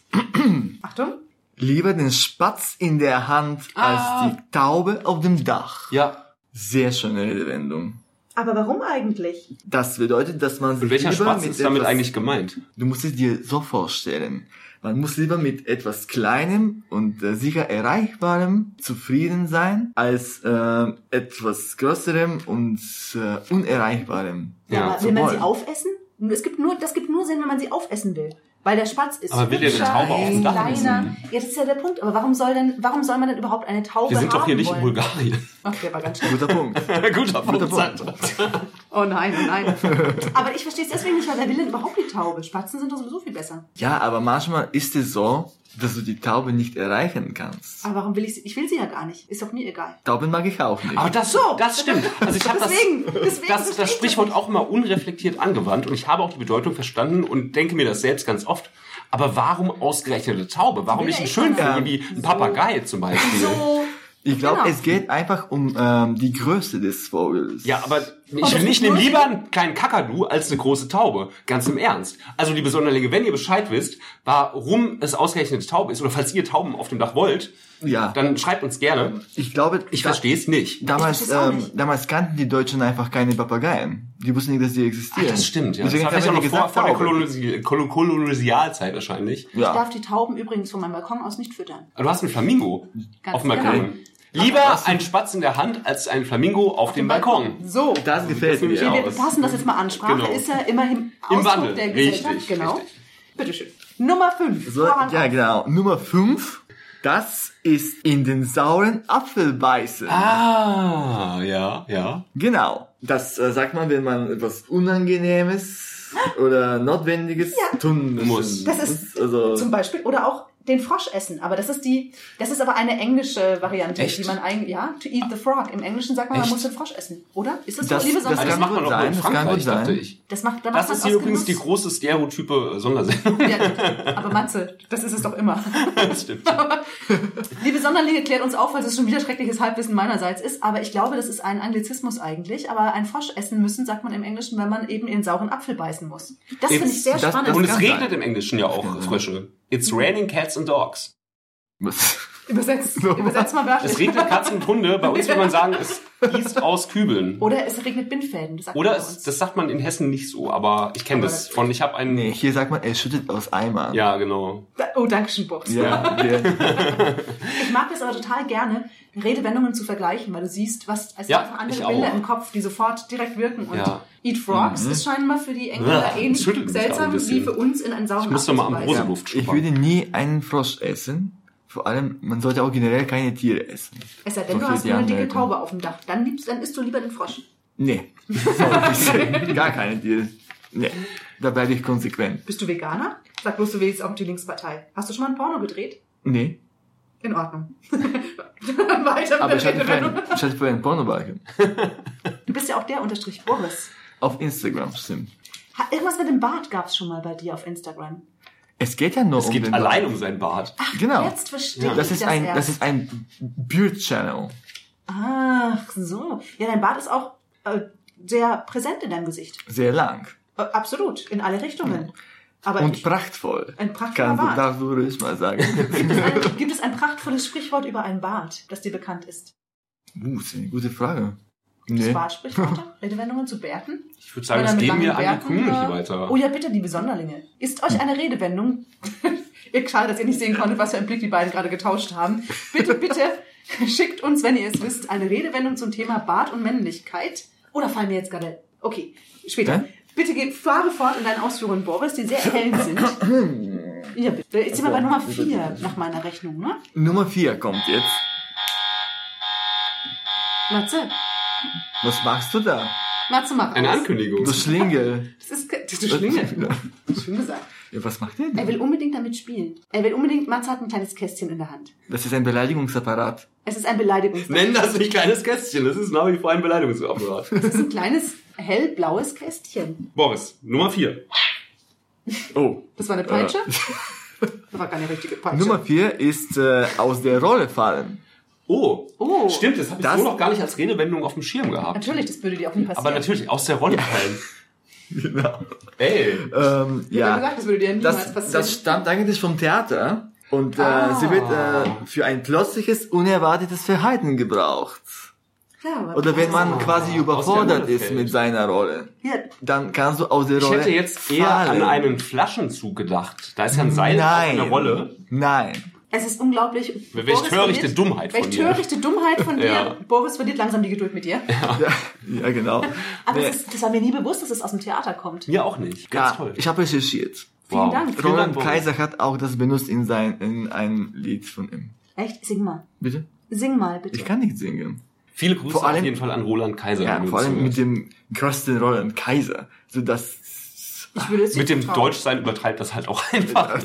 Achtung.
Lieber den Spatz in der Hand als die Taube auf dem Dach.
Ja.
Sehr schöne Redewendung.
Aber warum eigentlich?
Das bedeutet, dass man sich
Und welcher
lieber
Spatz
mit
ist damit
etwas-
eigentlich gemeint?
Du musst es dir so vorstellen. Man muss lieber mit etwas Kleinem und äh, sicher Erreichbarem zufrieden sein, als äh, etwas Größerem und äh, Unerreichbarem.
Ja,
aber will man
voll.
sie aufessen? Es gibt nur, das gibt nur Sinn, wenn man sie aufessen will. Weil der Spatz ist
Aber will der eine
hübscher,
Taube auf dem Dach
kleiner.
essen?
Ja, das ist ja der Punkt. Aber warum soll denn, warum soll man denn überhaupt eine Taube
Wir sind doch hier
haben
nicht in
wollen?
Bulgarien.
Ach, der war ganz schnell.
Guter Punkt.
Guter Punkt.
Oh nein, oh nein. Aber ich verstehe es deswegen nicht, weil wer will denn überhaupt die Taube? Spatzen sind doch sowieso viel besser.
Ja, aber manchmal ist es so, dass du die Taube nicht erreichen kannst.
Aber warum will ich sie? Ich will sie ja gar nicht. Ist doch mir egal.
Tauben mag ich auch nicht.
Aber das,
So.
das stimmt. Also ich habe das,
Deswegen, deswegen
das,
verstehe
das
ich
Sprichwort auch immer unreflektiert angewandt und ich habe auch die Bedeutung verstanden und denke mir das selbst ganz oft. Aber warum ausgerechnet eine Taube? Warum
Will
nicht ein
ja eh keiner.
Schönvogel wie ein Papagei zum Beispiel?
So.
ich glaube,
genau.
es geht einfach um ähm, die Größe des Vogels.
Ja, aber
das
ich, will- ich
ist nur-
nehme lieber einen kleinen Kakadu als eine große Taube. Ganz im Ernst. Also, liebe Sonderlinge, wenn ihr Bescheid wisst, warum es ausgerechnet eine Taube ist, oder falls ihr Tauben auf dem Dach wollt,
Ja.
dann schreibt uns gerne.
ich glaube,
Ich
da-
verstehe es nicht.
Damals,
versteh's auch
ähm,
nicht.
damals kannten die Deutschen einfach keine Papageien. Die wussten nicht, dass die existieren.
Das stimmt, ja. Das
Deswegen
war vielleicht auch
haben
noch
die
vor,
gesagt,
vor der
Taube.
Kolonisi- Kol- Kolonialzeit wahrscheinlich.
Ich
Ja.
darf die Tauben übrigens von meinem Balkon aus nicht füttern.
Aber du hast einen Flamingo
Ganz
auf dem Balkon. Lieber ein Spatz in der Hand als ein Flamingo genau. auf, dem Balkon.
So.
Das gefällt
Das
mir
nehme
Wir
auch.
aus.
passen das jetzt mal an. Sprache
Genau.
ist ja immerhin
Im
Ausdruck
Wandel.
der Gesellschaft.
Richtig,
genau.
richtig.
Bitteschön. Nummer 5.
So, ja, genau. Nummer 5. Das ist in den sauren Apfel beißen.
Ah, ja, ja.
Genau. Das äh, sagt man, wenn man etwas Unangenehmes oder Notwendiges
Ja.
tun müssen.
Muss.
Das ist
also
zum Beispiel oder auch den Frosch essen. Aber das ist die, das ist aber eine englische Variante,
Echt?
die man eigentlich, ja, to eat the frog. Im Englischen sagt man, man
Echt?
muss den Frosch essen, oder? Ist das,
Das-
so, liebe
das
Also das
Sonderbar?
kann
macht man
gut
doch nur in
sein, das kann
Frankreich,
gut sein.
dachte ich.
Das macht, da macht
Das
man
ist hier
aus
übrigens die
Genuss.
große stereotype äh, Sondersendung.
Ja, aber Matze, das ist es doch immer.
Das stimmt.
Liebe Sonderlinge, klärt uns auf, weil es schon wieder schreckliches Halbwissen meinerseits ist. Aber ich glaube, das ist ein Anglizismus eigentlich. Aber ein Frosch essen müssen, sagt man im Englischen, wenn man eben in sauren Apfel beißen muss. Das
Jetzt-
finde ich sehr
das-
spannend.
das-
Und
kann
es regnet
sein.
im Englischen ja auch Frösche. It's raining cats and dogs.
was?
übersetzt, übersetzt mal wörtlich.
Es regnet Katzen und Hunde. Bei uns würde man sagen, es gießt aus Kübeln.
Oder es regnet Bindfäden. Das sagt
Oder
man bei
es,
uns.
das sagt man in Hessen nicht so, aber ich kenne
Aber
das von, ich habe einen.
Nee, hier sagt man, er schüttet aus Eimern.
Ja, genau.
Da- Oh, danke schön, Bobs.
Ja, wir,
Ich mag das aber total gerne, Redewendungen zu vergleichen, weil du siehst, was es
Ja,
einfach andere
ich auch.
Bilder im Kopf, die sofort direkt wirken. Und
Ja. Mhm.
Eat Frogs ist scheinbar für die Engländer
Ja,
ähnlich
schüttelt mich
seltsam
ein bisschen.
wie für uns in einen sauren
Ich muss doch
Apfel
mal
zu
am Brust-
beißen.
ja,
Luft
ich
sparen.
würde nie einen Frosch essen. Vor allem, man sollte auch generell keine Tiere essen.
Es sei denn,
So
du
viel
hast
die
nur eine dicke
Anmerkung.
Taube auf dem Dach. Dann, liebst, dann isst du lieber den Frosch.
Nee. Sorry. Gar keine Tiere. Nee. Da bleibe ich konsequent.
Bist du Veganer? Sag bloß, du wählst auch die Linkspartei. Hast du schon mal ein Porno gedreht?
Nee.
In Ordnung. Weiter mit
Aber
der
ich hatte
Redewendung.
vorhin, ich hatte vorhin Pornobalken.
Du bist ja auch der unterstrich Boris.
Auf Instagram, stimmt.
Ha, Irgendwas mit dem Bart gab's schon mal bei dir auf Instagram.
Es geht ja nur
Es
um
geht
den
allein um seinen Bart.
Genau.
Jetzt verstehe ich
Das ist ein,
erst.
das ist ein Beard Channel.
Ach so. Ja, dein Bart ist auch äh, sehr präsent in deinem Gesicht.
Sehr lang.
Äh, absolut, in alle Richtungen. Aber
Und
ich,
prachtvoll.
Ein prachtvoller
Kann du,
Bart.
darf du ruhig mal sagen. Uh,
gibt, es ein, gibt es ein prachtvolles Sprichwort über einen Bart, das dir bekannt ist?
uh, das ist eine gute Frage.
Gibt es
Nee.
Bartsprichwörter? Redewendungen zu Bärten?
Ich würde sagen,
Oder
das
mit
geben
langen
wir an die
Bärten,
Community
äh,
weiter. Hm.
Oh ja, bitte, liebe Sonderlinge. Ist euch eine Redewendung... ihr schade, dass ihr nicht sehen konntet, was für einen Blick die beiden gerade getauscht haben. Bitte, bitte schickt uns, wenn ihr es wisst, eine Redewendung zum Thema Bart und Männlichkeit. Oder fallen mir jetzt gerade... Okay, später.
Hä?
Bitte geh, fahre fort in deinen Ausführungen, Boris, die sehr erhellend sind. Ja, bitte. Jetzt
Also,
sind wir bei Nummer 4 nach meiner Rechnung, ne?
Nummer 4 kommt jetzt.
Matze,
Was machst du da?
Matze, mach
Eine Äh.
aus.
Ankündigung.
Du Schlingel.
Das ist ke- das ist Schlinge. Schön gesagt.
Ja, was macht der
Er
denn?
will unbedingt damit spielen. Er will unbedingt, Matze hat ein kleines Kästchen in der Hand.
Das ist ein Beleidigungsapparat.
Es ist ein Beleidigungsapparat.
Nenn das nicht kleines Kästchen, das ist nach wie vor ein Beleidigungsapparat.
Es ist ein kleines hellblaues Kästchen.
Boris, Nummer 4.
Oh.
Das war eine Peitsche? Das war keine richtige Peitsche.
Nummer 4 ist äh, aus der Rolle fallen.
Oh,
Oh.
stimmt, das habe ich
Das-
so noch gar nicht als Redewendung auf dem Schirm gehabt.
Natürlich, das würde dir auch nie passieren.
Aber natürlich, aus der Rolle fallen.
Genau.
Ey,
Ähm,
Ich hab
ja.
gesagt, das würde dir niemals
das,
passieren.
das stammt eigentlich vom Theater und äh,
Ah.
sie wird äh, für ein plötzliches, unerwartetes Verhalten gebraucht.
ja, aber
Oder wenn man quasi
Rolle
überfordert ist
fällt.
mit seiner Rolle,
Hier,
dann kannst du aus der
ich
Rolle
hätte jetzt eher an
fallen.
einen Flaschenzug gedacht. Da ist ja ein Seil
Nein.
auf einer Rolle.
Nein.
Es ist unglaublich.
Welch
Boris
törichte
verliert-
Dummheit von
Welch
dir.
törichte Dummheit von dir.
Ja.
Boris verliert langsam die Geduld mit dir.
Ja, ja genau.
Aber
Nee.
das, ist, das war mir nie bewusst, dass es aus dem Theater kommt.
Mir auch nicht. Ganz
ja,
toll.
ich habe recherchiert.
Vielen
Wow.
Dank.
Vielen Dank,
Roland
Boris.
Kaiser hat auch das benutzt in sein in ein Lied von ihm.
Echt? Sing mal.
Bitte?
Sing mal, bitte.
Ich kann nicht singen.
Viele Grüße
Vor allem-
auf jeden Fall an Roland Kaiser.
Ja,
wenn du
vor allem mit
zuhörst.
dem größten Roland Kaiser. So das
Ich würde es
mit
dir
dem
zutrauen.
Deutschsein übertreibt das halt auch einfach.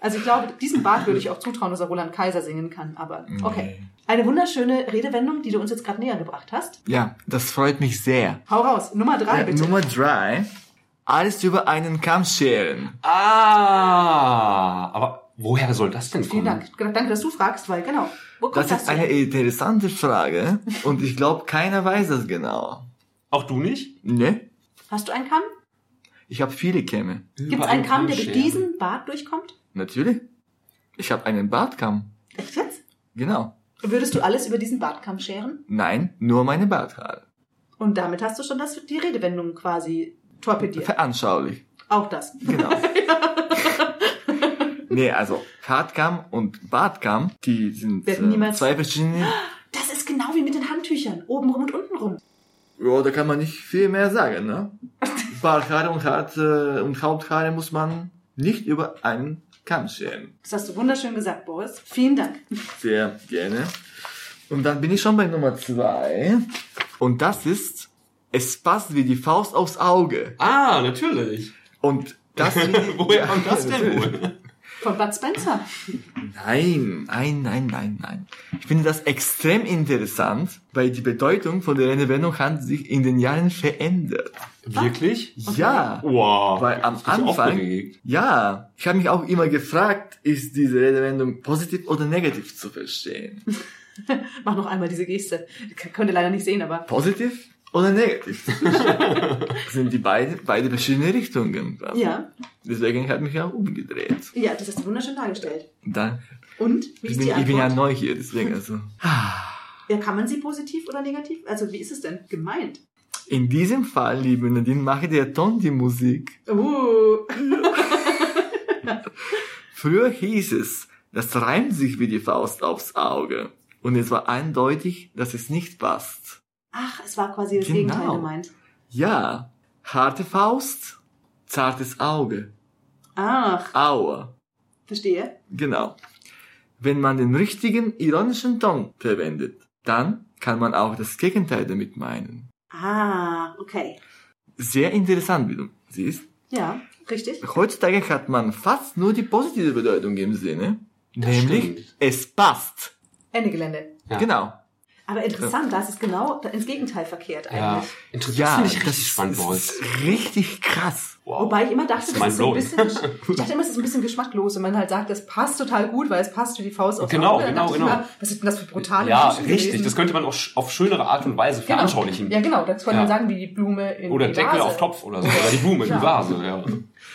Also ich glaube, diesem Bart würde ich auch zutrauen, dass er Roland Kaiser singen kann. Aber okay. Eine wunderschöne Redewendung, die du uns jetzt gerade näher gebracht hast.
ja, das freut mich sehr.
Hau raus. Nummer drei,
Ja,
bitte.
Nummer drei. Alles über einen Kamm scheren.
Ah, aber woher soll das denn kommen?
Vielen Dank. Genau, Danke, dass du fragst, weil genau. Wo kommt
Das
das,
ist
denn?
eine interessante Frage und ich glaube, keiner weiß das genau.
Auch du nicht?
Ne?
Hast du einen Kamm?
Ich habe viele Kämme.
Gibt es
Überall
einen Kamm, der durch
Kammscheren.
diesen Bart durchkommt?
Natürlich. Ich habe einen Bartkamm.
Echt jetzt?
Genau.
Würdest du alles über diesen Bartkamm scheren?
Nein, nur meine Barthaare.
Und damit hast du schon das, die Redewendung quasi torpediert.
Veranschaulich.
Auch das.
Genau. nee, also Bartkamm und Bartkamm, die sind
Werden
äh,
niemals-
zwei verschiedene.
Das ist genau wie mit den Handtüchern. Obenrum und untenrum.
Ja, da kann man nicht viel mehr sagen, ne? Barthaare und, Hart, äh, und Haupthaare muss man nicht über einen Kamm scheren.
Das hast du wunderschön gesagt, Boris. Vielen Dank.
Sehr gerne. Und dann bin ich schon bei Nummer zwei. Und das ist Es passt wie die Faust aufs Auge.
Ah, natürlich.
Und das.
Woher kommt das denn
natürlich.
wohl?
Von Bud Spencer.
Nein, nein, nein, nein, nein. Ich finde das extrem interessant, weil die Bedeutung von der Redewendung hat sich in den Jahren verändert.
Wirklich?
Ja.
Wow.
Weil am
Jetzt bin ich
Anfang,
aufgeregt.
ja, ich habe mich auch immer gefragt, ist diese Redewendung positiv oder negativ zu verstehen?
Mach noch einmal diese Geste. K könnt ihr leider nicht sehen, aber
Positiv oder negativ? Das sind die beiden, beide verschiedene Richtungen.
ja.
Deswegen hat mich auch umgedreht.
Ja, das hast du wunderschön dargestellt.
Danke.
Und? Wie
Ich
ist
bin,
die
ich bin ja
Antwort?
neu hier, deswegen also.
Ja, kann man sie positiv oder negativ? Also wie ist es denn gemeint?
In diesem Fall, liebe Nadine, mache der Ton die Musik.
Uh.
Früher hieß es, das reimt sich wie die Faust aufs Auge. Und es war eindeutig, dass es nicht passt.
Ach, es war quasi das
Genau.
Gegenteil gemeint.
Ja, harte Faust, zartes Auge,
Ach,
Aua.
verstehe.
Genau. Wenn man den richtigen ironischen Ton verwendet, dann kann man auch das Gegenteil damit meinen.
Ah, okay.
Sehr interessant, wie du siehst.
Ja, richtig.
Heutzutage hat man fast nur die positive Bedeutung im Sinne, nämlich
stimmt.
es passt.
Ende Gelände.
Ja.
Genau.
Aber interessant, da ist es genau ins Gegenteil verkehrt
Ja,
eigentlich.
interessant.
Ja,
das finde ich richtig spannend, Boris.
ist richtig krass.
Wow.
Wobei ich immer dachte, das
Mein
ist so ein
Lohn.
bisschen, ich dachte immer, es ist ein bisschen geschmacklos, wenn man halt sagt, das passt total gut, weil es passt für die Faust aufs
Genau,
Auge. Dann dachte
genau,
ich
genau.
Immer, was ist denn das für brutale
ja,
Menschen
richtig.
gewesen?
Das könnte man auch sch- auf schönere Art und Weise veranschaulichen.
Ja, genau. Das kann man
Ja.
sagen, wie die Blume in
Oder
die
Deckel
Vase.
auf Topf oder so. Oder die Blume,
Ja.
die Vase. Ja.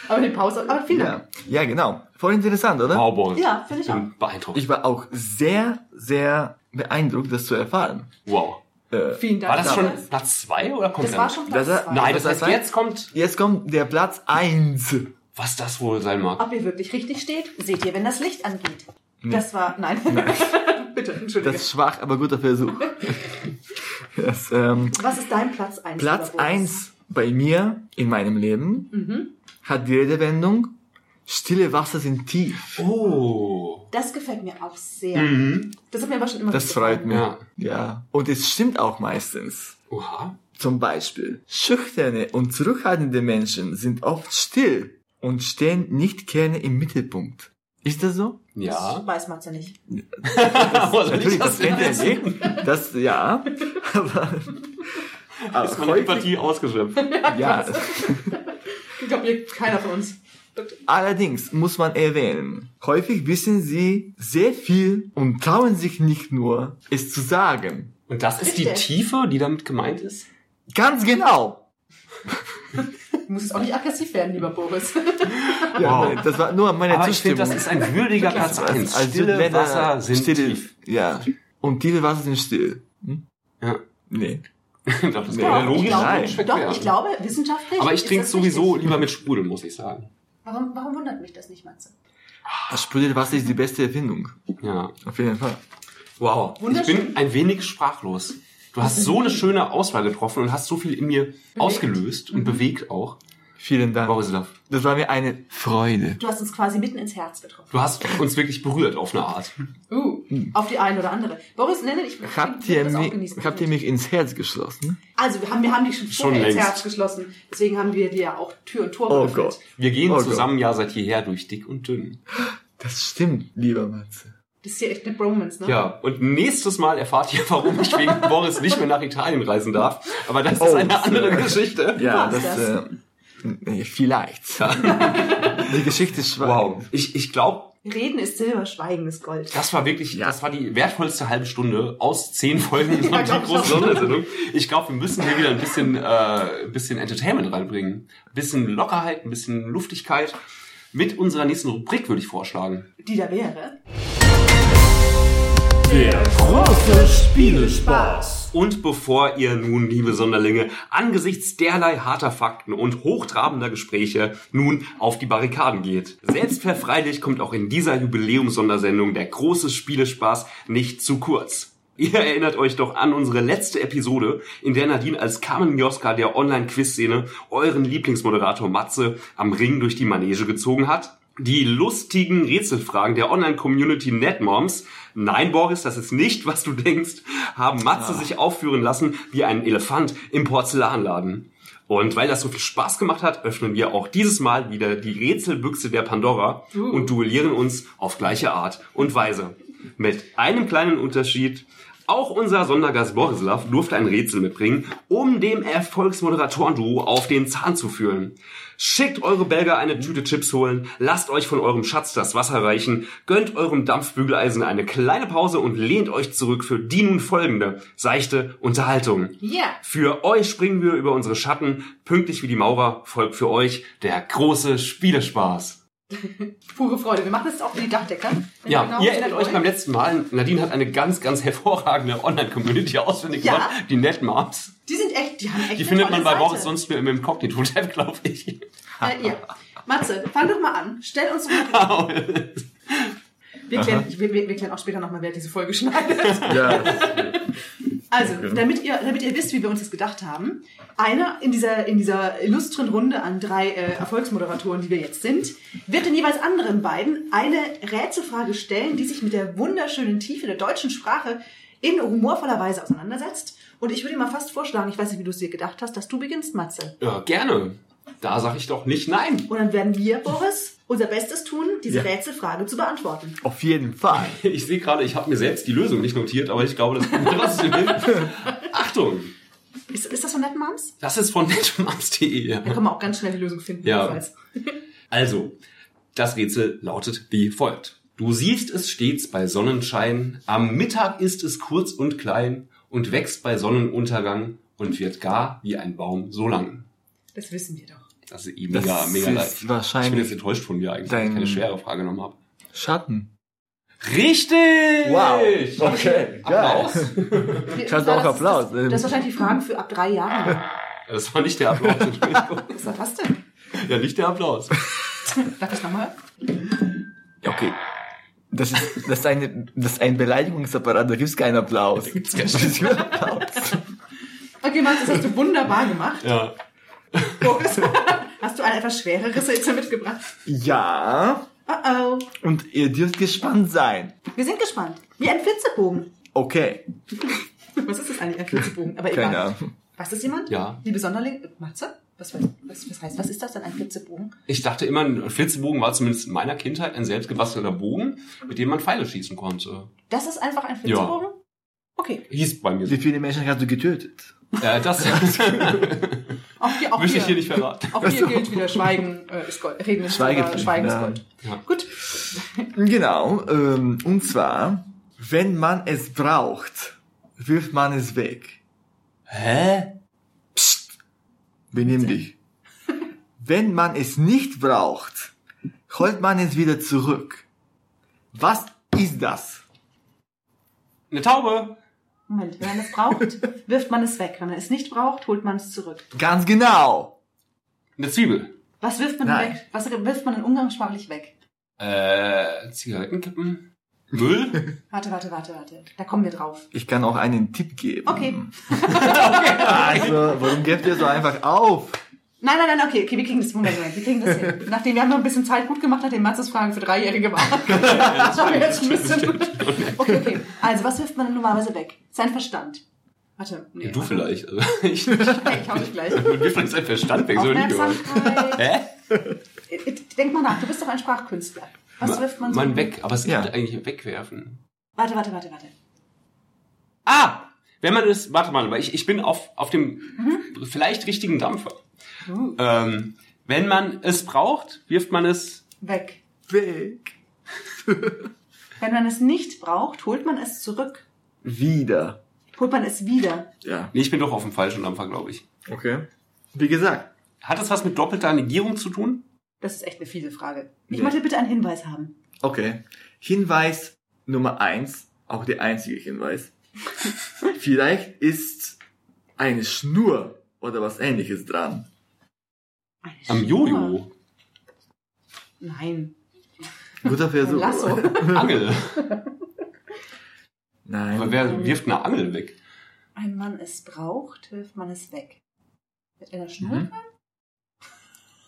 Aber die Pause, aber vielen Dank.
Ja, ja genau. Voll interessant, oder?
Wow, Boris.
Ja, finde ich
bin beeindruckt.
Ich war auch sehr, sehr beeindruckt, das zu erfahren.
wow.
Äh,
Vielen Dank.
War das schon
dafür.
Platz zwei oder kommt
Das
der
war
noch?
schon
Das
Platz
war-
zwei.
Nein, das
Das
heißt,
war-
jetzt kommt,
jetzt kommt der Platz eins.
was das wohl sein mag.
Ob ihr wirklich richtig steht, seht ihr, wenn das Licht angeht. Das war, nein. Bitte, entschuldige.
Das ist schwach, aber guter Versuch. Das, ähm,
Was ist dein Platz 1?
Platz eins bei mir in meinem Leben hat die Redewendung Stille Wasser sind tief.
Ah.
Oh.
Das gefällt mir auch sehr. Das hat mir aber schon immer
Mhm. Das
gut
freut
gefallen.
mich.
Ja.
ja. Und es stimmt auch meistens.
Oha.
Zum Beispiel, schüchterne und zurückhaltende Menschen sind oft still und stehen nicht gerne im Mittelpunkt. Ist das so?
Ja. Also
Weiß man ja nicht.
Aber soll ich
Natürlich, das
denn
kennt ihr
jetzt?
nicht. Das, ja. Aber,
Ist
aber
meine
häufig,
Empathie ausgeschöpft.
ja.
Ich glaube, ihr- keiner von uns.
Allerdings muss man erwähnen, häufig wissen sie sehr viel und trauen sich nicht nur, es zu sagen.
Und das ist die
Richtig.
Tiefe, die damit gemeint ist?
Ganz genau.
Du musst jetzt auch nicht aggressiv werden, lieber Boris.
Ja,
Wow.
nein, Das war nur meine
Aber ich
Zustimmung.
finde, das ist ein würdiger Platz eins. Stille
wenn, äh,
Wasser sind
stille,
tief.
Ja. Und tiefe Wasser sind still. Hm?
Ja.
Nee.
Doch, das
Nee.
kann ja
Doch, ich
logisch
glaube-
nicht
Doch,
werden.
ich glaube, wissenschaftlich.
Aber ich
ist
trinke
das
sowieso
richtig.
lieber mit Sprudel, muss ich sagen.
Warum, warum wundert mich das nicht, Matze?
Das sprudelt Wasser ist die beste Erfindung.
Ja.
Auf jeden Fall.
Wow. Ich
Wunderschön.
bin ein wenig sprachlos. Du hast so eine schöne Auswahl getroffen und hast so viel in mir ausgelöst
Mhm.
und bewegt auch.
Vielen Dank.
Borislav,
Das war mir eine Freude.
Du hast uns quasi mitten ins Herz getroffen.
du hast uns wirklich berührt auf eine Art.
Uh, auf die eine oder andere. Boris, nenne dich.
Hm. Habt
wir
ihr,
das auch
mich,
genießen
habt ihr
können.
mich ins Herz geschlossen?
Also, wir haben, wir haben dich schon
Schon
vorher ins
längst.
Herz geschlossen. Deswegen haben wir dir ja auch Tür und Tor
Oh
geöffnet.
Gott.
Wir gehen
Oh Gott.
zusammen ja seit jeher durch dick und dünn.
Das stimmt, lieber Matze.
Das ist hier echt eine Bromance, ne?
Ja, und nächstes Mal erfahrt ihr, warum ich wegen Boris nicht mehr nach Italien reisen darf. Aber das ist
Oh,
eine
Sir.
andere Geschichte.
Ja,
war's
das,
das?
äh, nee, vielleicht. Die Geschichte ist schwach.
Wow. Ich, ich glaube,
Reden ist Silber, Schweigen ist Gold.
das war wirklich,
Ja.
das war die wertvollste halbe Stunde aus zehn Folgen von
Ja,
die
glaub ich auch.
große Sondersendung. Ich glaube, wir müssen hier wieder ein bisschen, äh, ein bisschen Entertainment reinbringen. Ein bisschen Lockerheit, ein bisschen Luftigkeit. Mit unserer nächsten Rubrik würde ich vorschlagen.
Die da wäre.
Der große Spielespaß.
Und bevor ihr nun, liebe Sonderlinge, angesichts derlei harter Fakten und hochtrabender Gespräche nun auf die Barrikaden geht. Selbstverfreilich kommt auch in dieser Jubiläumssondersendung der große Spielespaß nicht zu kurz. Ihr erinnert euch doch an unsere letzte Episode, in der Nadine als Carmen Mioska der Online-Quiz-Szene euren Lieblingsmoderator Matze am Ring durch die Manege gezogen hat die lustigen Rätselfragen der Online-Community NetMoms. Nein, Boris, das ist nicht, was du denkst, haben Matze sich aufführen lassen wie ein Elefant im Porzellanladen. Und weil das so viel Spaß gemacht hat, öffnen wir auch dieses Mal wieder die Rätselbüchse der Pandora und duellieren uns auf gleiche Art und Weise. Mit einem kleinen Unterschied. Auch unser Sondergast Borislav durfte ein Rätsel mitbringen, um dem Erfolgsmoderatoren-Duo auf den Zahn zu fühlen. Schickt eure Belger eine Tüte Chips holen, lasst euch von eurem Schatz das Wasser reichen, gönnt eurem Dampfbügeleisen eine kleine Pause und lehnt euch zurück für die nun folgende seichte Unterhaltung.
Yeah.
Für euch springen wir über unsere Schatten, pünktlich wie die Maurer folgt für euch der große Spielespaß.
Pure Freude. Wir machen das auch für die Dachdecker. Wenn
Ja,
genau
ihr erinnert
wollt.
euch beim letzten Mal, Nadine hat eine ganz, ganz hervorragende Online-Community ausfindig
Ja.
gemacht, die NetMoms.
Die sind echt, die haben echt
Die
eine
findet
tolle
man bei
Seite.
Boris sonst nur im Inkognito-Tab, glaube ich.
Äh, ja. Matze, fang doch mal an. Stell uns mal. Wir klären, wir, wir, wir klären auch später nochmal, wer diese Folge schneidet.
Ja,
Also, damit ihr, damit ihr wisst, wie wir uns das gedacht haben, einer in dieser, in dieser illustren Runde an drei äh, Erfolgsmoderatoren, die wir jetzt sind, wird den jeweils anderen beiden eine Rätselfrage stellen, die sich mit der wunderschönen Tiefe der deutschen Sprache in humorvoller Weise auseinandersetzt. Und ich würde mal fast vorschlagen, ich weiß nicht, wie du es dir gedacht hast, dass du beginnst, Matze.
Ja, gerne. Da sage ich doch nicht nein.
Und dann werden wir, Boris, unser Bestes tun, diese
Ja.
Rätselfrage zu beantworten.
auf jeden Fall.
Ich sehe gerade, ich habe mir selbst die Lösung nicht notiert, aber ich glaube, das kommt trotzdem hin. Achtung,
Ist, ist das von Net Moms?
das ist von netmams.de.
Da kann man auch ganz schnell die Lösung finden.
Ja.
jedenfalls.
Also, das Rätsel lautet wie folgt. Du siehst es stets bei Sonnenschein, am Mittag ist es kurz und klein und wächst bei Sonnenuntergang und wird gar wie ein Baum so lang.
Das wissen wir doch.
Das ist eben
Das
mega, mega
ist
leicht. ich bin
wahrscheinlich
jetzt enttäuscht von mir eigentlich, dass ich
dein-
keine schwere Frage genommen habe.
Schatten.
Richtig!
Okay,
Applaus?
Ich
hatte auch Applaus.
Das, das ist wahrscheinlich die Fragen für ab drei Jahren.
Das war nicht der Applaus. Entschuldigung.
Was war das denn?
ja, nicht der Applaus.
Darf ich nochmal?
Okay. Das ist, das ist, eine, das ist ein Beleidigungsapparat, da gibt's keinen Applaus. Da gibt's keinen Applaus.
Okay, Max, das hast du wunderbar gemacht.
Ja.
Boris, hast du ein etwas schwereres Rätsel mitgebracht?
Ja,
Oh oh.
und ihr dürft gespannt sein.
Wir sind gespannt. Wie ein Flitzebogen.
Okay,
Was ist das eigentlich, ein Flitzebogen? Aber egal.
keine Ahnung.
Weiß das jemand?
Ja.
Liebe Sonderling, Matze? Was, was, was heißt, was ist das denn, ein Flitzebogen?
Ich dachte immer, ein Flitzebogen war zumindest in meiner Kindheit ein selbstgebastelter Bogen, mit dem man Pfeile schießen konnte.
Das ist einfach ein Flitzebogen? Okay.
Hieß bei mir so.
Wie viele Menschen hast du getötet?
Äh, das
Auch hier, auch
möchte ich hier nicht verraten.
Auch hier gilt wieder Schweigen äh, ist Gold. Reden ist
Schweige-
Silber, Schweigen ist
ja.
Gold.
Ja.
Gut.
Genau, ähm, und zwar, wenn man es braucht, wirft man es weg.
Hä?
Benimm dich. Wenn man es nicht braucht, holt man es wieder zurück. Was ist das?
Eine Taube?
Moment, wenn man es braucht, wirft man es weg. Wenn man es nicht braucht, holt man es zurück.
Ganz genau.
Eine Zwiebel?
Was wirft man
Nein.
weg? Was wirft man denn umgangssprachlich weg?
Äh, Zigarettenkippen? Müll?
Warte, warte, warte, warte. Da kommen wir drauf.
Ich kann auch einen Tipp geben.
Okay.
Also, warum gebt ihr so einfach auf?
Nein, nein, nein, okay, okay, wir kriegen das Moment, Moment, wir kriegen das hin. Nachdem wir haben noch ein bisschen Zeit gut gemacht, nachdem Matzes Fragen für Dreijährige waren. das haben wir jetzt ein bisschen. Okay, okay. Also, was wirft man denn normalerweise weg? Sein Verstand. Warte, nee.
du
warte.
vielleicht. Also, ich nicht.
Hey, ich hau dich gleich.
Und wir vielleicht sein Verstand weg, so nie gehört.
Aufmerksamkeit.
Hä?
Denk mal nach, du bist doch ein Sprachkünstler. Was wirft man so?
Man weg, aber es
Ja.
gibt eigentlich wegwerfen.
Warte, warte, warte, warte.
Ah! Wenn man es, warte mal, weil ich, ich bin auf, auf dem
Mhm.
vielleicht richtigen Dampfer.
Hm,
Ähm, wenn man es braucht, wirft man es.
Weg.
Weg.
Wenn man es nicht braucht, holt man es zurück.
Wieder.
Holt man es wieder.
Ja.
Nee, ich bin doch auf dem falschen Dampfer, glaube ich.
Okay. Wie gesagt.
Hat das was mit doppelter Negierung zu tun?
Das ist echt eine fiese Frage. Ich
Ja.
möchte bitte einen Hinweis haben.
Okay. Hinweis Nummer eins, auch der einzige Hinweis. Vielleicht ist eine Schnur oder was ähnliches dran.
Eine
Am
Schnur.
Jojo.
Nein.
Guter
Ein
Versuch.
Lasso.
Angel. Aber
Nein.
wer wirft eine Angel weg?
Ein Mann es
Mhm.
braucht, wirft man es weg. Mit einer Schnur? dran?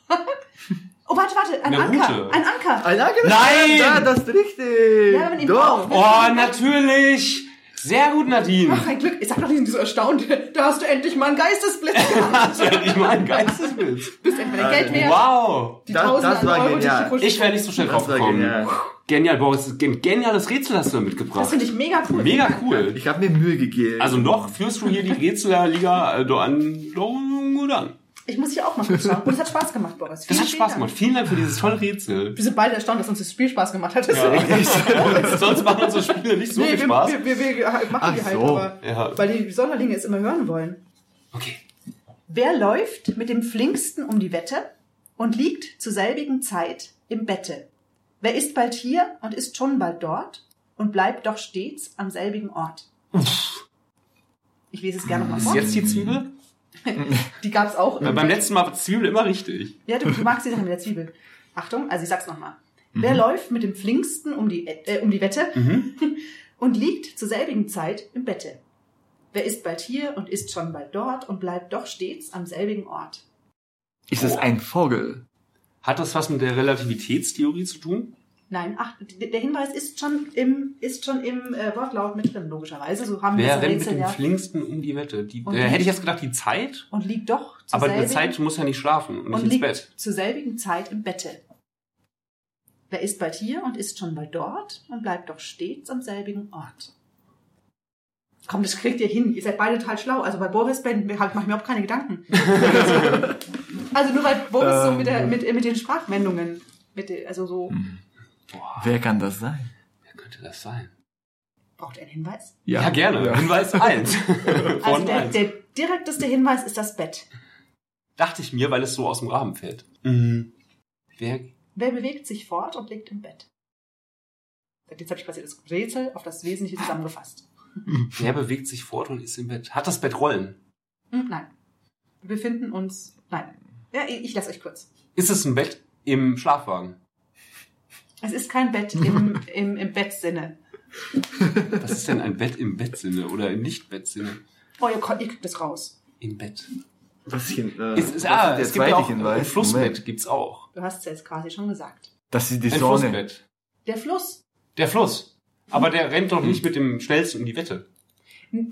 Oh, warte, warte, ein
Eine
Anker.
Route.
Ein Anker.
Ein Anker?
Nein!
Ah, Ja, das ist richtig.
Ja, aber in
Doch.
Bauch.
Oh, natürlich! Sehr gut, Nadine!
Ach, ein Glück. Ich sag doch nicht so erstaunt. Da hast du endlich mal einen Geistesblitz gehabt.
Das ist ich mal ein Geistesblitz.
Bist entweder Geld wert,
Wow!
die
Das-
Tausende
das war
an Euro,
genial.
die
Ich wäre nicht so schnell
Das
drauf
war
gekommen.
genial.
Genial, Boris. Ein geniales Rätsel hast du da mitgebracht.
Das finde ich mega cool.
Mega cool.
Ich habe mir Mühe gegeben.
Also noch führst du hier die Rätselerliga äh, do- an. do- gut an.
Ich muss hier auch mal kurz schauen. Und es hat Spaß gemacht, Boris.
Das
Vielen,
hat
vielen
Spaß
Dank.
gemacht. Vielen Dank für dieses tolle Rätsel.
Wir sind beide erstaunt, dass uns das Spiel Spaß gemacht hat.
Sonst machen unsere Spiele nicht so
nee,
viel
wir,
Spaß.
Wir, wir, wir machen die
Ach
halt,
so,
aber,
ja.
weil die Sonderlinge es immer hören wollen.
Okay.
Wer läuft mit dem flinksten um die Wette und liegt zur selbigen Zeit im Bette? Wer ist bald hier und ist schon bald dort und bleibt doch stets am selbigen Ort? Ich lese es gerne mal
Ist
vor.
jetzt die Zwiebel?
Die gab es auch.
Weil
im-
beim letzten Mal war Zwiebel immer richtig.
Ja, du, du magst sie doch mit der Zwiebel. Achtung, also ich sag's nochmal.
Mhm.
Wer läuft mit dem Flinksten um die, äh, um die Wette
Mhm.
und liegt zur selbigen Zeit im Bette? Wer ist bald hier und ist schon bald dort und bleibt doch stets am selbigen Ort?
ist das ein Vogel?
Hat das was mit der Relativitätstheorie zu tun?
Nein, ach, d- der Hinweis ist schon im, ist schon im äh, Wortlaut mit drin, logischerweise. So haben wir
Wer
das
rennt mit
Rätsel
dem
ja.
Flinksten um die Wette? Die,
Und
äh,
die-
hätte ich jetzt gedacht, die Zeit?
Und liegt doch zur
Aber die
selbigen
Zeit muss ja nicht schlafen und nicht
und
ins
liegt
Bett.
zur selbigen Zeit im Bette. Wer ist bald hier und ist schon bald dort und bleibt doch stets am selbigen Ort. Komm, das kriegt ihr hin. Ihr seid beide total schlau. Also bei Boris ben, halt, mach ich mir überhaupt keine Gedanken. also nur weil Boris so mit,
Ähm.
der, mit, mit den Sprachwendungen, mit, der- also so,
Wer kann das sein?
Wer könnte das sein?
braucht ihr einen Hinweis?
Ja, gerne. Hinweis 1. Von
Also der,
1.
der direkteste Hinweis ist das Bett.
Dachte ich mir, weil es so aus dem Rahmen fällt.
Mhm.
Wer,
Wer bewegt sich fort und liegt im Bett? Jetzt habe ich quasi das Rätsel auf das Wesentliche zusammengefasst.
wer bewegt sich fort und ist im Bett? Hat das Bett Rollen?
Hm, Nein. Wir befinden uns. Nein. Ja, ich, ich lasse euch kurz.
Ist es ein Bett im Schlafwagen?
Es ist kein Bett im, im, im Bettsinne.
Was ist denn ein Bett im Bettsinne oder im Nicht-Bettsinne?
Oh, ihr, kon- ihr kriegt es raus.
Im Bett.
Was ich, äh,
Es ist,
das
ah,
ist der
es gibt ja
zweite
auch ein
Hinweis.
Flussbett
Moment.
gibt's auch.
Du hast es jetzt quasi schon gesagt.
Das ist die
Ein
Sonne.
Flussbett.
Der Fluss.
Der Fluss. Aber der rennt
Hm.
doch nicht mit dem schnellsten um die Wette.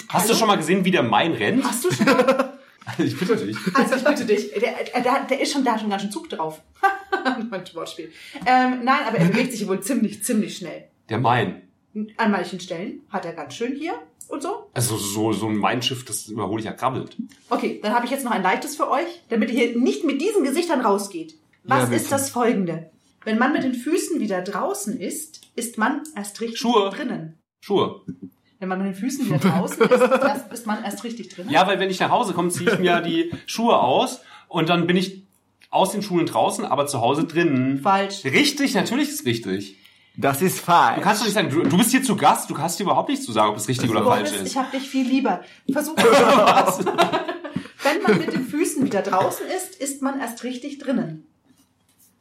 Hast
Also-
du schon mal gesehen, wie der Main rennt?
Hast du schon mal?
Ich bitte dich.
Also ich bitte dich. Der, der, der ist schon da, schon ganz schön Zug drauf. mein Wortspiel. Ähm, nein, aber er bewegt sich wohl ziemlich, ziemlich schnell.
Der Main.
An manchen Stellen hat er ganz schön hier und so.
Also so, so ein Mainschiff, das überhole ich ja krabbelt.
Okay, dann habe ich jetzt noch ein leichtes für euch, damit ihr hier nicht mit diesen Gesichtern rausgeht.
Ja,
Was
bitte.
ist das folgende? Wenn man mit den Füßen wieder draußen ist, ist man erst richtig
Schuhe.
drinnen.
Schuhe.
Wenn man mit den Füßen wieder draußen ist, erst, ist man erst richtig drinnen.
Ja, weil wenn ich nach Hause komme, ziehe ich mir ja die Schuhe aus und dann bin ich aus den Schuhen draußen, aber zu Hause drinnen.
Falsch.
Richtig, natürlich ist richtig.
Das ist
Du
falsch.
kannst doch nicht sagen, du, du bist hier zu Gast, du hast dir überhaupt nichts zu sagen, ob es richtig oder falsch
Boris,
ist.
ich habe dich viel lieber. Versuch mal. Wenn man mit den Füßen wieder draußen ist, ist man erst richtig drinnen.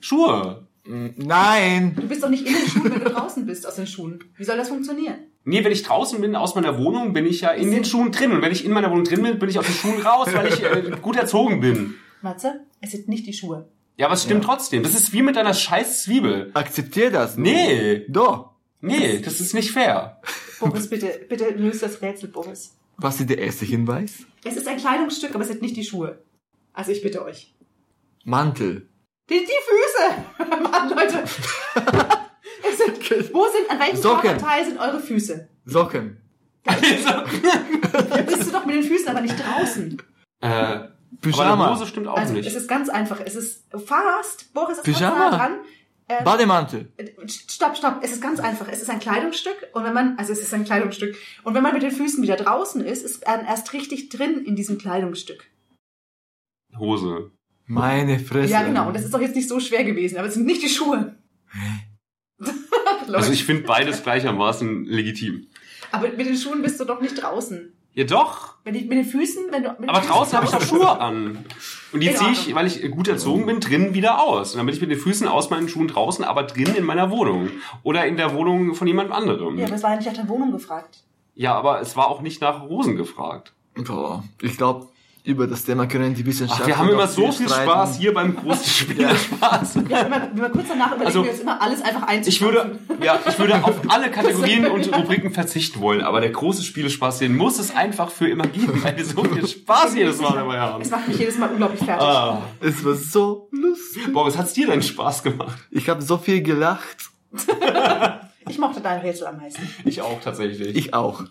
Schuhe.
Nein.
Du bist doch nicht in den Schuhen, wenn du draußen bist aus den Schuhen. Wie soll das funktionieren?
Nee, wenn ich draußen bin aus meiner Wohnung, bin ich ja in den Schuhen drin. Und wenn ich in meiner Wohnung drin bin, bin ich aus den Schuhen raus, weil ich äh, gut erzogen bin.
Matze, es sind nicht die Schuhe.
Ja, aber es stimmt trotzdem. Das ist wie mit deiner scheiß Zwiebel.
Akzeptier das. nur.
Nee,
Doch.
nee, das ist nicht fair.
Boris, bitte, bitte löst das Rätsel, Boris.
Was ist der erste Hinweis?
Es ist ein Kleidungsstück, aber es sind nicht die Schuhe. Also ich bitte euch.
Mantel.
Die, die Füße! Mann, Leute! es sind, wo sind, an welchem
Socken.
Körperteil sind eure Füße?
Socken.
Also,
Da bist du doch mit den Füßen, aber nicht draußen.
Äh, aber
Pyjama.
eine Hose stimmt auch
also es
nicht.
ist ganz einfach. Es ist fast, Boris ist
Pyjama.
ganz nah dran. Ähm,
Bademantel.
Stopp, stopp. Es ist ganz einfach. Es ist ein Kleidungsstück und wenn man, also es ist ein Kleidungsstück und wenn man mit den Füßen wieder draußen ist, ist man erst richtig drin in diesem Kleidungsstück.
Hose.
Meine Fresse.
Ja, genau. Und das ist doch jetzt nicht so schwer gewesen, aber es sind nicht die Schuhe. Leute.
Also ich finde beides gleichermaßen legitim.
aber mit den Schuhen bist du doch nicht draußen.
Ja doch,
Wenn die, mit den Füßen, wenn du. Mit den
aber
Füßen
draußen habe ich doch Schuhe an. Und die
In
ziehe ich,
Ordnung.
weil ich gut erzogen bin, drinnen wieder aus. Und dann bin ich mit den Füßen aus meinen Schuhen draußen, aber drinnen in meiner Wohnung. Oder in der Wohnung von jemand anderem.
Ja, aber es war ja nicht nach der Wohnung gefragt.
Ja, aber es war auch nicht nach Hosen gefragt.
Boah, ich glaube, Über das Thema können die Wissenschaftler.
Ach, wir haben immer
noch
so viel
streiten.
Spaß hier beim großen Spielerspaß.
Ja, wenn man, wenn man kurz danach überlegt,
Also,
jetzt immer alles einfach einzuschätzen.
Ich würde, ja, ich würde auf alle Kategorien und Rubriken verzichten wollen, aber der große Spielespaß, den muss es einfach für immer geben, weil wir so viel Spaß jedes Mal dabei haben.
Das macht mich jedes Mal unglaublich fertig.
Ah.
Es war so lustig.
Boris, hat's dir denn Spaß gemacht?
Ich habe so viel gelacht.
Ich mochte dein Rätsel am meisten.
Ich auch tatsächlich.
Ich auch.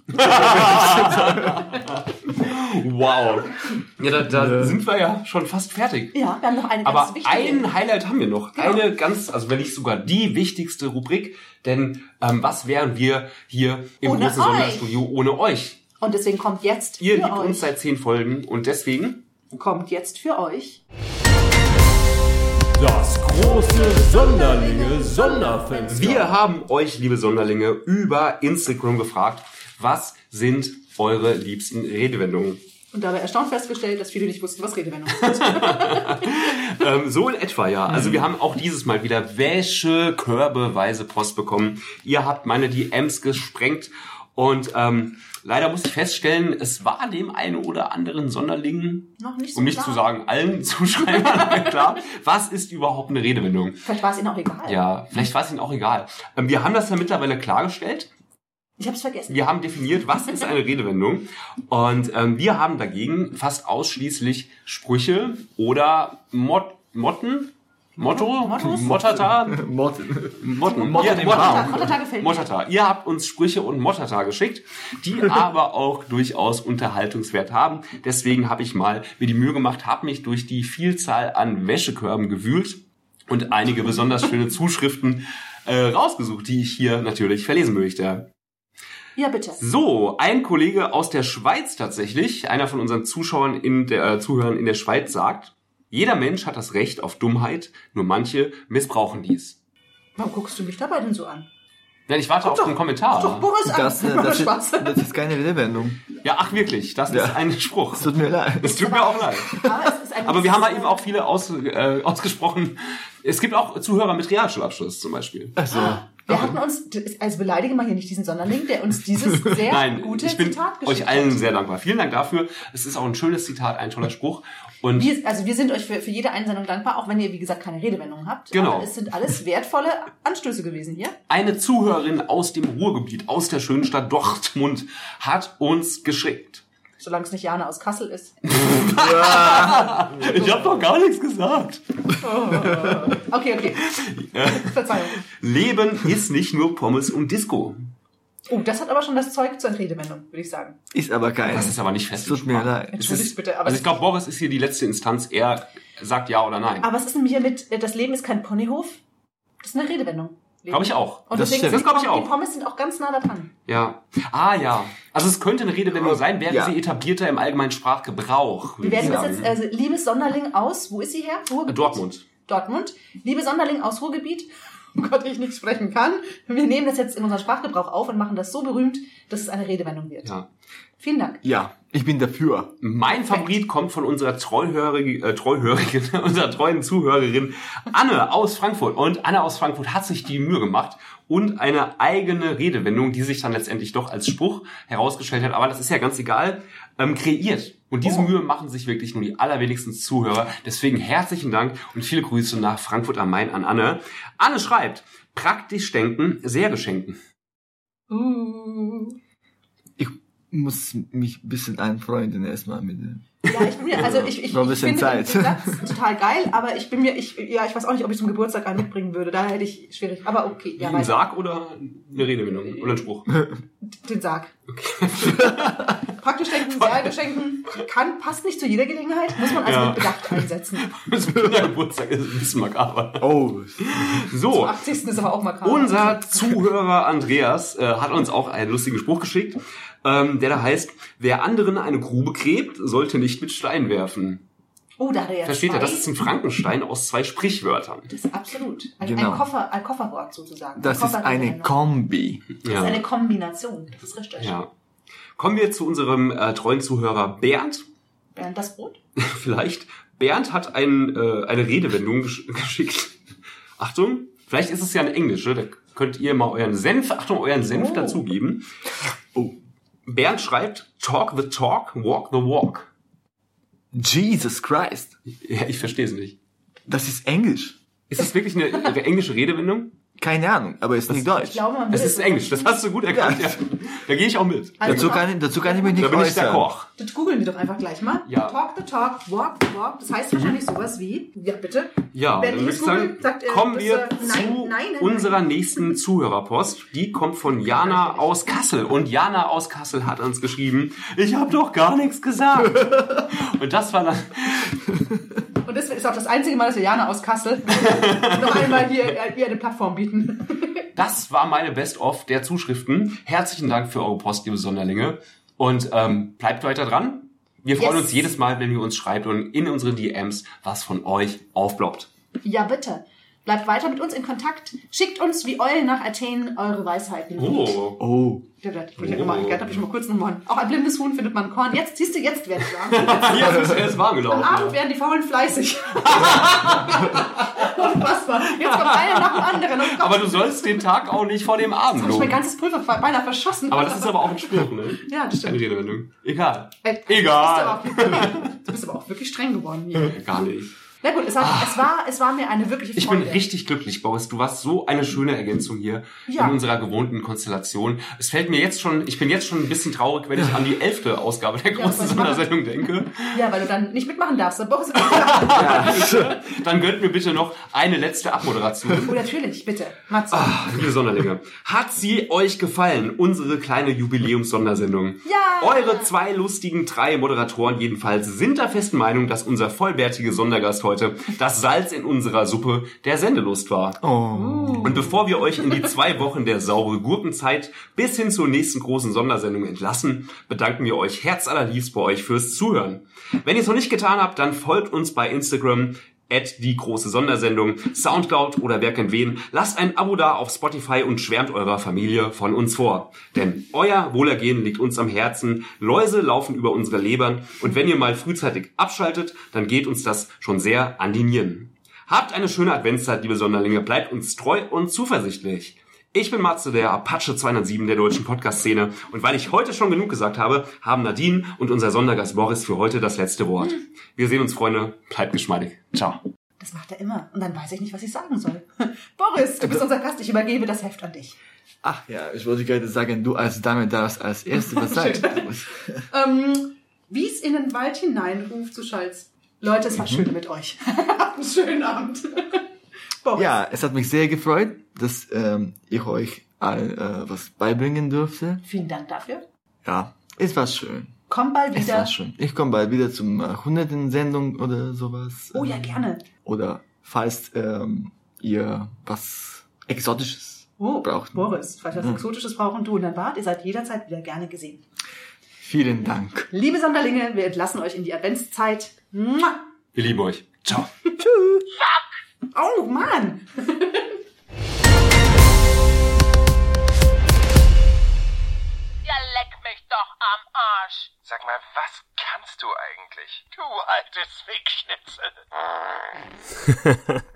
Wow. Äh. Ja, da, da sind wir ja schon fast fertig.
Ja, wir haben noch eine
Aber
ganz wichtige.
ein Highlight haben wir noch. Eine ganz, also wenn nicht sogar die wichtigste Rubrik, denn ähm, was wären wir hier im
Ohne
großen
euch.
Sonderstudio ohne euch?
Und deswegen kommt jetzt
Ihr
für
liebt
euch.
uns seit zehn Folgen und deswegen
kommt jetzt für euch.
Das große Sonderlinge Sonderfenster.
Wir haben euch, liebe Sonderlinge, über Instagram gefragt, was sind eure liebsten Redewendungen?
Und dabei erstaunt festgestellt, dass viele nicht wussten, was Redewendung ist.
Ähm, so in etwa, ja. Also wir haben auch dieses Mal wieder Wäsche, Körbeweise Post bekommen. Ihr habt meine DMs gesprengt und ähm, leider muss ich feststellen, es war dem einen oder anderen Sonderling,
Noch nicht so
um nicht
klar.
zu sagen allen Zuschreibern, klar, was ist überhaupt eine Redewendung?
Vielleicht war es ihnen auch egal.
Ja, vielleicht war es ihnen auch egal. Ähm, wir haben das ja mittlerweile klargestellt.
Ich hab's vergessen.
Wir haben definiert, was ist eine Redewendung. Und ähm, wir haben dagegen fast ausschließlich Sprüche oder Mot Motten. Motto?
Mottos?
Mottata?
Morten.
Motten.
Motten
Ihr-
im Bauch.
Mottata gefällt mir.
Mottata. Ihr habt uns Sprüche und Mottata geschickt, die aber auch durchaus Unterhaltungswert haben. Deswegen habe ich mal mir die Mühe gemacht, habe mich durch die Vielzahl an Wäschekörben gewühlt und einige besonders schöne Zuschriften äh, rausgesucht, die ich hier natürlich verlesen möchte.
Ja, bitte.
So, ein Kollege aus der Schweiz tatsächlich, einer von unseren Zuschauern in der äh, Zuhörern in der Schweiz sagt: Jeder Mensch hat das Recht auf Dummheit, nur manche missbrauchen dies.
Warum guckst du mich dabei denn so an?
Nein, ich warte auf den Kommentar.
Doch, Boris, an.
Das, äh, das, ist,
Spaß.
das ist keine Redewendung.
ja, ach wirklich, das
Ja.
ist ein Spruch.
Es tut mir leid.
Es tut mir auch leid.
Aber, es ist ein
Aber wir haben halt eben auch viele aus, äh, ausgesprochen. Es gibt auch Zuhörer mit Realschulabschluss zum Beispiel.
Also,
Wir hatten uns, also beleidige mal hier nicht diesen Sonderling, der uns dieses sehr
Nein,
gute
ich bin
Zitat geschickt
euch allen
hat.
sehr dankbar. Vielen Dank dafür. Es ist auch ein schönes Zitat, ein toller Spruch. Und
Wir, also wir sind euch für, für jede Einsendung dankbar, auch wenn ihr, wie gesagt, keine Redewendungen habt.
Genau.
Aber es sind alles wertvolle Anstöße gewesen hier.
Eine Zuhörerin aus dem Ruhrgebiet, aus der schönen Stadt Dortmund, hat uns geschickt.
Solange es nicht Jana aus Kassel ist.
Ich habe doch gar nichts gesagt.
Okay, okay. Verzeihung.
Leben ist nicht nur Pommes und Disco.
Oh, das hat aber schon das Zeug zur Redewendung, würde ich sagen.
ist aber kein.
Das ist aber nicht
Es
fest.
tut mir leid.
Es
Entschuldigt
ist,
bitte, aber-
also ich glaube, Boris ist hier die letzte Instanz. Er sagt ja oder nein.
Aber was ist denn hier mit, äh, das Leben ist kein Ponyhof? Das ist eine Redewendung.
Glaube ich auch.
Und
Das
deswegen
stimmt.
sind
Das glaub ich
die
auch.
Pommes sind auch ganz nah da dran.
Ja. Ah ja. Also es könnte eine Redewendung sein, wäre
Ja.
sie etablierter im allgemeinen Sprachgebrauch.
Wir
würde
werden
ich
das
sagen.
jetzt, also, liebes Sonderling aus, wo ist sie her? Ruhrgebiet?
Dortmund.
Dortmund. Liebe Sonderling aus Ruhrgebiet, oh Gott, ich nicht sprechen kann. Wir nehmen das jetzt in unseren Sprachgebrauch auf und machen das so berühmt, dass es eine Redewendung wird.
Ja.
Vielen Dank.
Ja, ich bin dafür.
Mein Favorit kommt von unserer treuhörigen, äh, treuhörigen, unserer treuen Zuhörerin Anne aus Frankfurt. Und Anne aus Frankfurt hat sich die Mühe gemacht und eine eigene Redewendung, die sich dann letztendlich doch als Spruch herausgestellt hat, aber das ist ja ganz egal, ähm, kreiert. Und diese Mühe machen sich wirklich nur die allerwenigsten Zuhörer. Deswegen herzlichen Dank und viele Grüße nach Frankfurt am Main an Anne. Anne schreibt, praktisch denken, sehr beschenken.
Uh.
Ich muss mich ein bisschen einfreunden erstmal mit dem.
Ja, ich bin mir, also ich, ich,
Noch ein
ich
bisschen
finde
Zeit.
den Satz total geil, aber ich bin mir, ich, ja, ich weiß auch nicht, ob ich zum Geburtstag einen mitbringen würde. Da hätte ich schwierig. Aber okay, ja,
ein
weiter.
Sarg oder eine Redewendung oder ein Spruch?
den Sarg. Praktisch denken, Särge schenken, kann, passt nicht zu jeder Gelegenheit, muss man also
Ja.
mit Bedacht einsetzen.
Das Kindergeburtstag ist ein bisschen makaber.
Oh,
So,
80. ist aber auch makaber.
unser Zuhörer Andreas äh, hat uns auch einen lustigen Spruch geschickt, ähm, der da heißt, wer anderen eine Grube gräbt, sollte nicht mit Stein werfen.
Oh, da hat er jetzt
Versteht ihr?
zwei.
Das ist ein Frankenstein aus zwei Sprichwörtern.
Das ist absolut. Ein,
Genau.
ein, Koffer, ein Kofferwort sozusagen.
das
ein
ist eine
Kombination.
Kombi.
Das ist eine Kombination. Das ist richtig.
ja. Kommen wir zu unserem äh, treuen Zuhörer Bernd.
Bernd, Äh, Das Brot?
Vielleicht. Bernd hat ein, äh, eine Redewendung gesch geschickt. Achtung, vielleicht ist es ja eine englische, da könnt ihr mal euren Senf, Achtung, euren Senf
Oh.
dazugeben. Oh, Bernd schreibt, talk the talk, walk the walk.
Jesus Christ.
Ja, ich verstehe es nicht.
Das ist Englisch.
Ist das wirklich eine, eine englische Redewendung?
Keine Ahnung, aber ist nicht Deutsch.
Ich glaube, man
Es
will
ist Englisch, das hast du gut erkannt. Ja. Da gehe ich auch mit.
Also
Dazu
komm,
kann, ich- dazu kann ich mich nicht
Da bin ich
äußern.
der Koch.
Das googeln wir doch einfach gleich mal.
Ja. Mhm.
Talk the talk, walk the walk. Das heißt wahrscheinlich sowas wie, ja bitte.
Ja,
Wenn
dann
ich
würde ich
es
sagen,
google, sagt er,
kommen
bist
wir
du- nein,
zu
nein, nein, nein.
unserer nächsten Zuhörerpost. Die kommt von Jana aus Kassel. Und Jana aus Kassel hat uns geschrieben, ich habe doch gar nichts gesagt. Und das war dann,
Und das ist auch das einzige Mal, dass wir Jana aus Kassel noch einmal hier, äh, hier eine Plattform bieten.
das war meine Best-of der Zuschriften. Herzlichen Dank für eure Post, liebe Sonderlinge. Und ähm, bleibt weiter dran. Wir freuen
Yes.
uns jedes Mal, wenn ihr uns schreibt und in unseren DMs was von euch aufploppt.
Ja, bitte. Bleibt weiter mit uns in Kontakt. Schickt uns wie Eulen nach Athen eure Weisheiten.
Oh.
Oh,
Ja, das hab ich ja gemacht. Gerd hab ich mal kurz nochmal. Auch ein blindes Huhn findet man Korn. Jetzt, siehst du, jetzt werden sie warm.
Hier ist es warm gelaufen.
Am Abend werden die Faulen fleißig. Unfassbar. Jetzt kommt einer nach dem anderen. Und
Aber du sollst den Tag auch nicht vor dem Abend
habe ich mein
loben.
ganzes Pulver beinahe verschossen.
Aber das ist aber auch ein Spruch, ne?
Ja, das
Eine
stimmt. Äh,
Redewendung. Egal.
Ey,
Egal.
Du bist aber auch, du bist aber auch wirklich streng geworden hier.
Gar nicht.
Na gut, es, hat, es, war, es war mir eine wirkliche
Ah. Ich bin
Freude.
richtig glücklich, Boris. Du warst so eine schöne Ergänzung hier
Ja.
in unserer gewohnten Konstellation. Es fällt mir jetzt schon, ich bin jetzt schon ein bisschen traurig, wenn ich an die elfte Ausgabe der
Ja,
großen
was machen-
Sondersendung denke.
Ja, weil du dann nicht mitmachen darfst. Dann brauchst du-
Dann gönnt mir bitte noch eine letzte Abmoderation.
oh, natürlich, bitte. Matze.
Ah, Liebe Sonderlinge, hat sie euch gefallen, unsere kleine Jubiläums-Sondersendung?
Ja.
Eure zwei lustigen drei Moderatoren jedenfalls sind der festen Meinung, dass unser vollwertiger Sondergast heute das Salz in unserer Suppe der Sendelust war. Und bevor wir euch in die zwei Wochen der saure Gurkenzeit bis hin zur nächsten großen Sondersendung entlassen, bedanken wir euch herzallerliebst bei euch fürs Zuhören. Wenn ihr es noch nicht getan habt, dann folgt uns bei Instagram at die große Sondersendung, Soundcloud oder wer kennt wen. Lasst ein Abo da auf Spotify und schwärmt eurer Familie von uns vor. Denn euer Wohlergehen liegt uns am Herzen. Läuse laufen über unsere Lebern. Und wenn ihr mal frühzeitig abschaltet, dann geht uns das schon sehr an die Nieren. Habt eine schöne Adventszeit, liebe Sonderlinge. Bleibt uns treu und zuversichtlich. Ich bin Matze, der Apache 207 der deutschen Podcast-Szene. Und weil ich heute schon genug gesagt habe, haben Nadine und unser Sondergast Boris für heute das letzte Wort. Wir sehen uns, Freunde. Bleibt geschmeidig. Ciao.
Das macht er immer. Und dann weiß ich nicht, was ich sagen soll. Boris, du bist unser Gast. Ich übergebe das Heft an dich.
Ach ja, ich wollte gerade sagen, du als Dame darfst als Erste was sagen.
Ähm, Wie es in den Wald hineinruft, zu Schalz. Leute, es war schön mit euch. Habt einen schönen Abend. Boris.
ja, es hat mich sehr gefreut, dass ähm, ich euch allen äh, was beibringen durfte.
Vielen Dank dafür.
Ja, es war schön.
Komm bald
Es
wieder.
war schön. Ich komme bald wieder zum äh, 100. Sendung oder sowas.
Oh ja,
Ähm,
gerne.
Oder falls ähm, ihr was Exotisches
Oh,
braucht.
Boris, falls ihr
Mhm.
was Exotisches brauchen du und dein Bart, ihr seid jederzeit wieder gerne gesehen.
Vielen Dank.
Liebe Sonderlinge, wir entlassen euch in die Adventszeit. Mua.
Wir lieben euch. Ciao.
Oh Mann!
Ja, leck mich doch am Arsch.
Sag mal, was kannst du eigentlich? Du altes Fickschnitzel.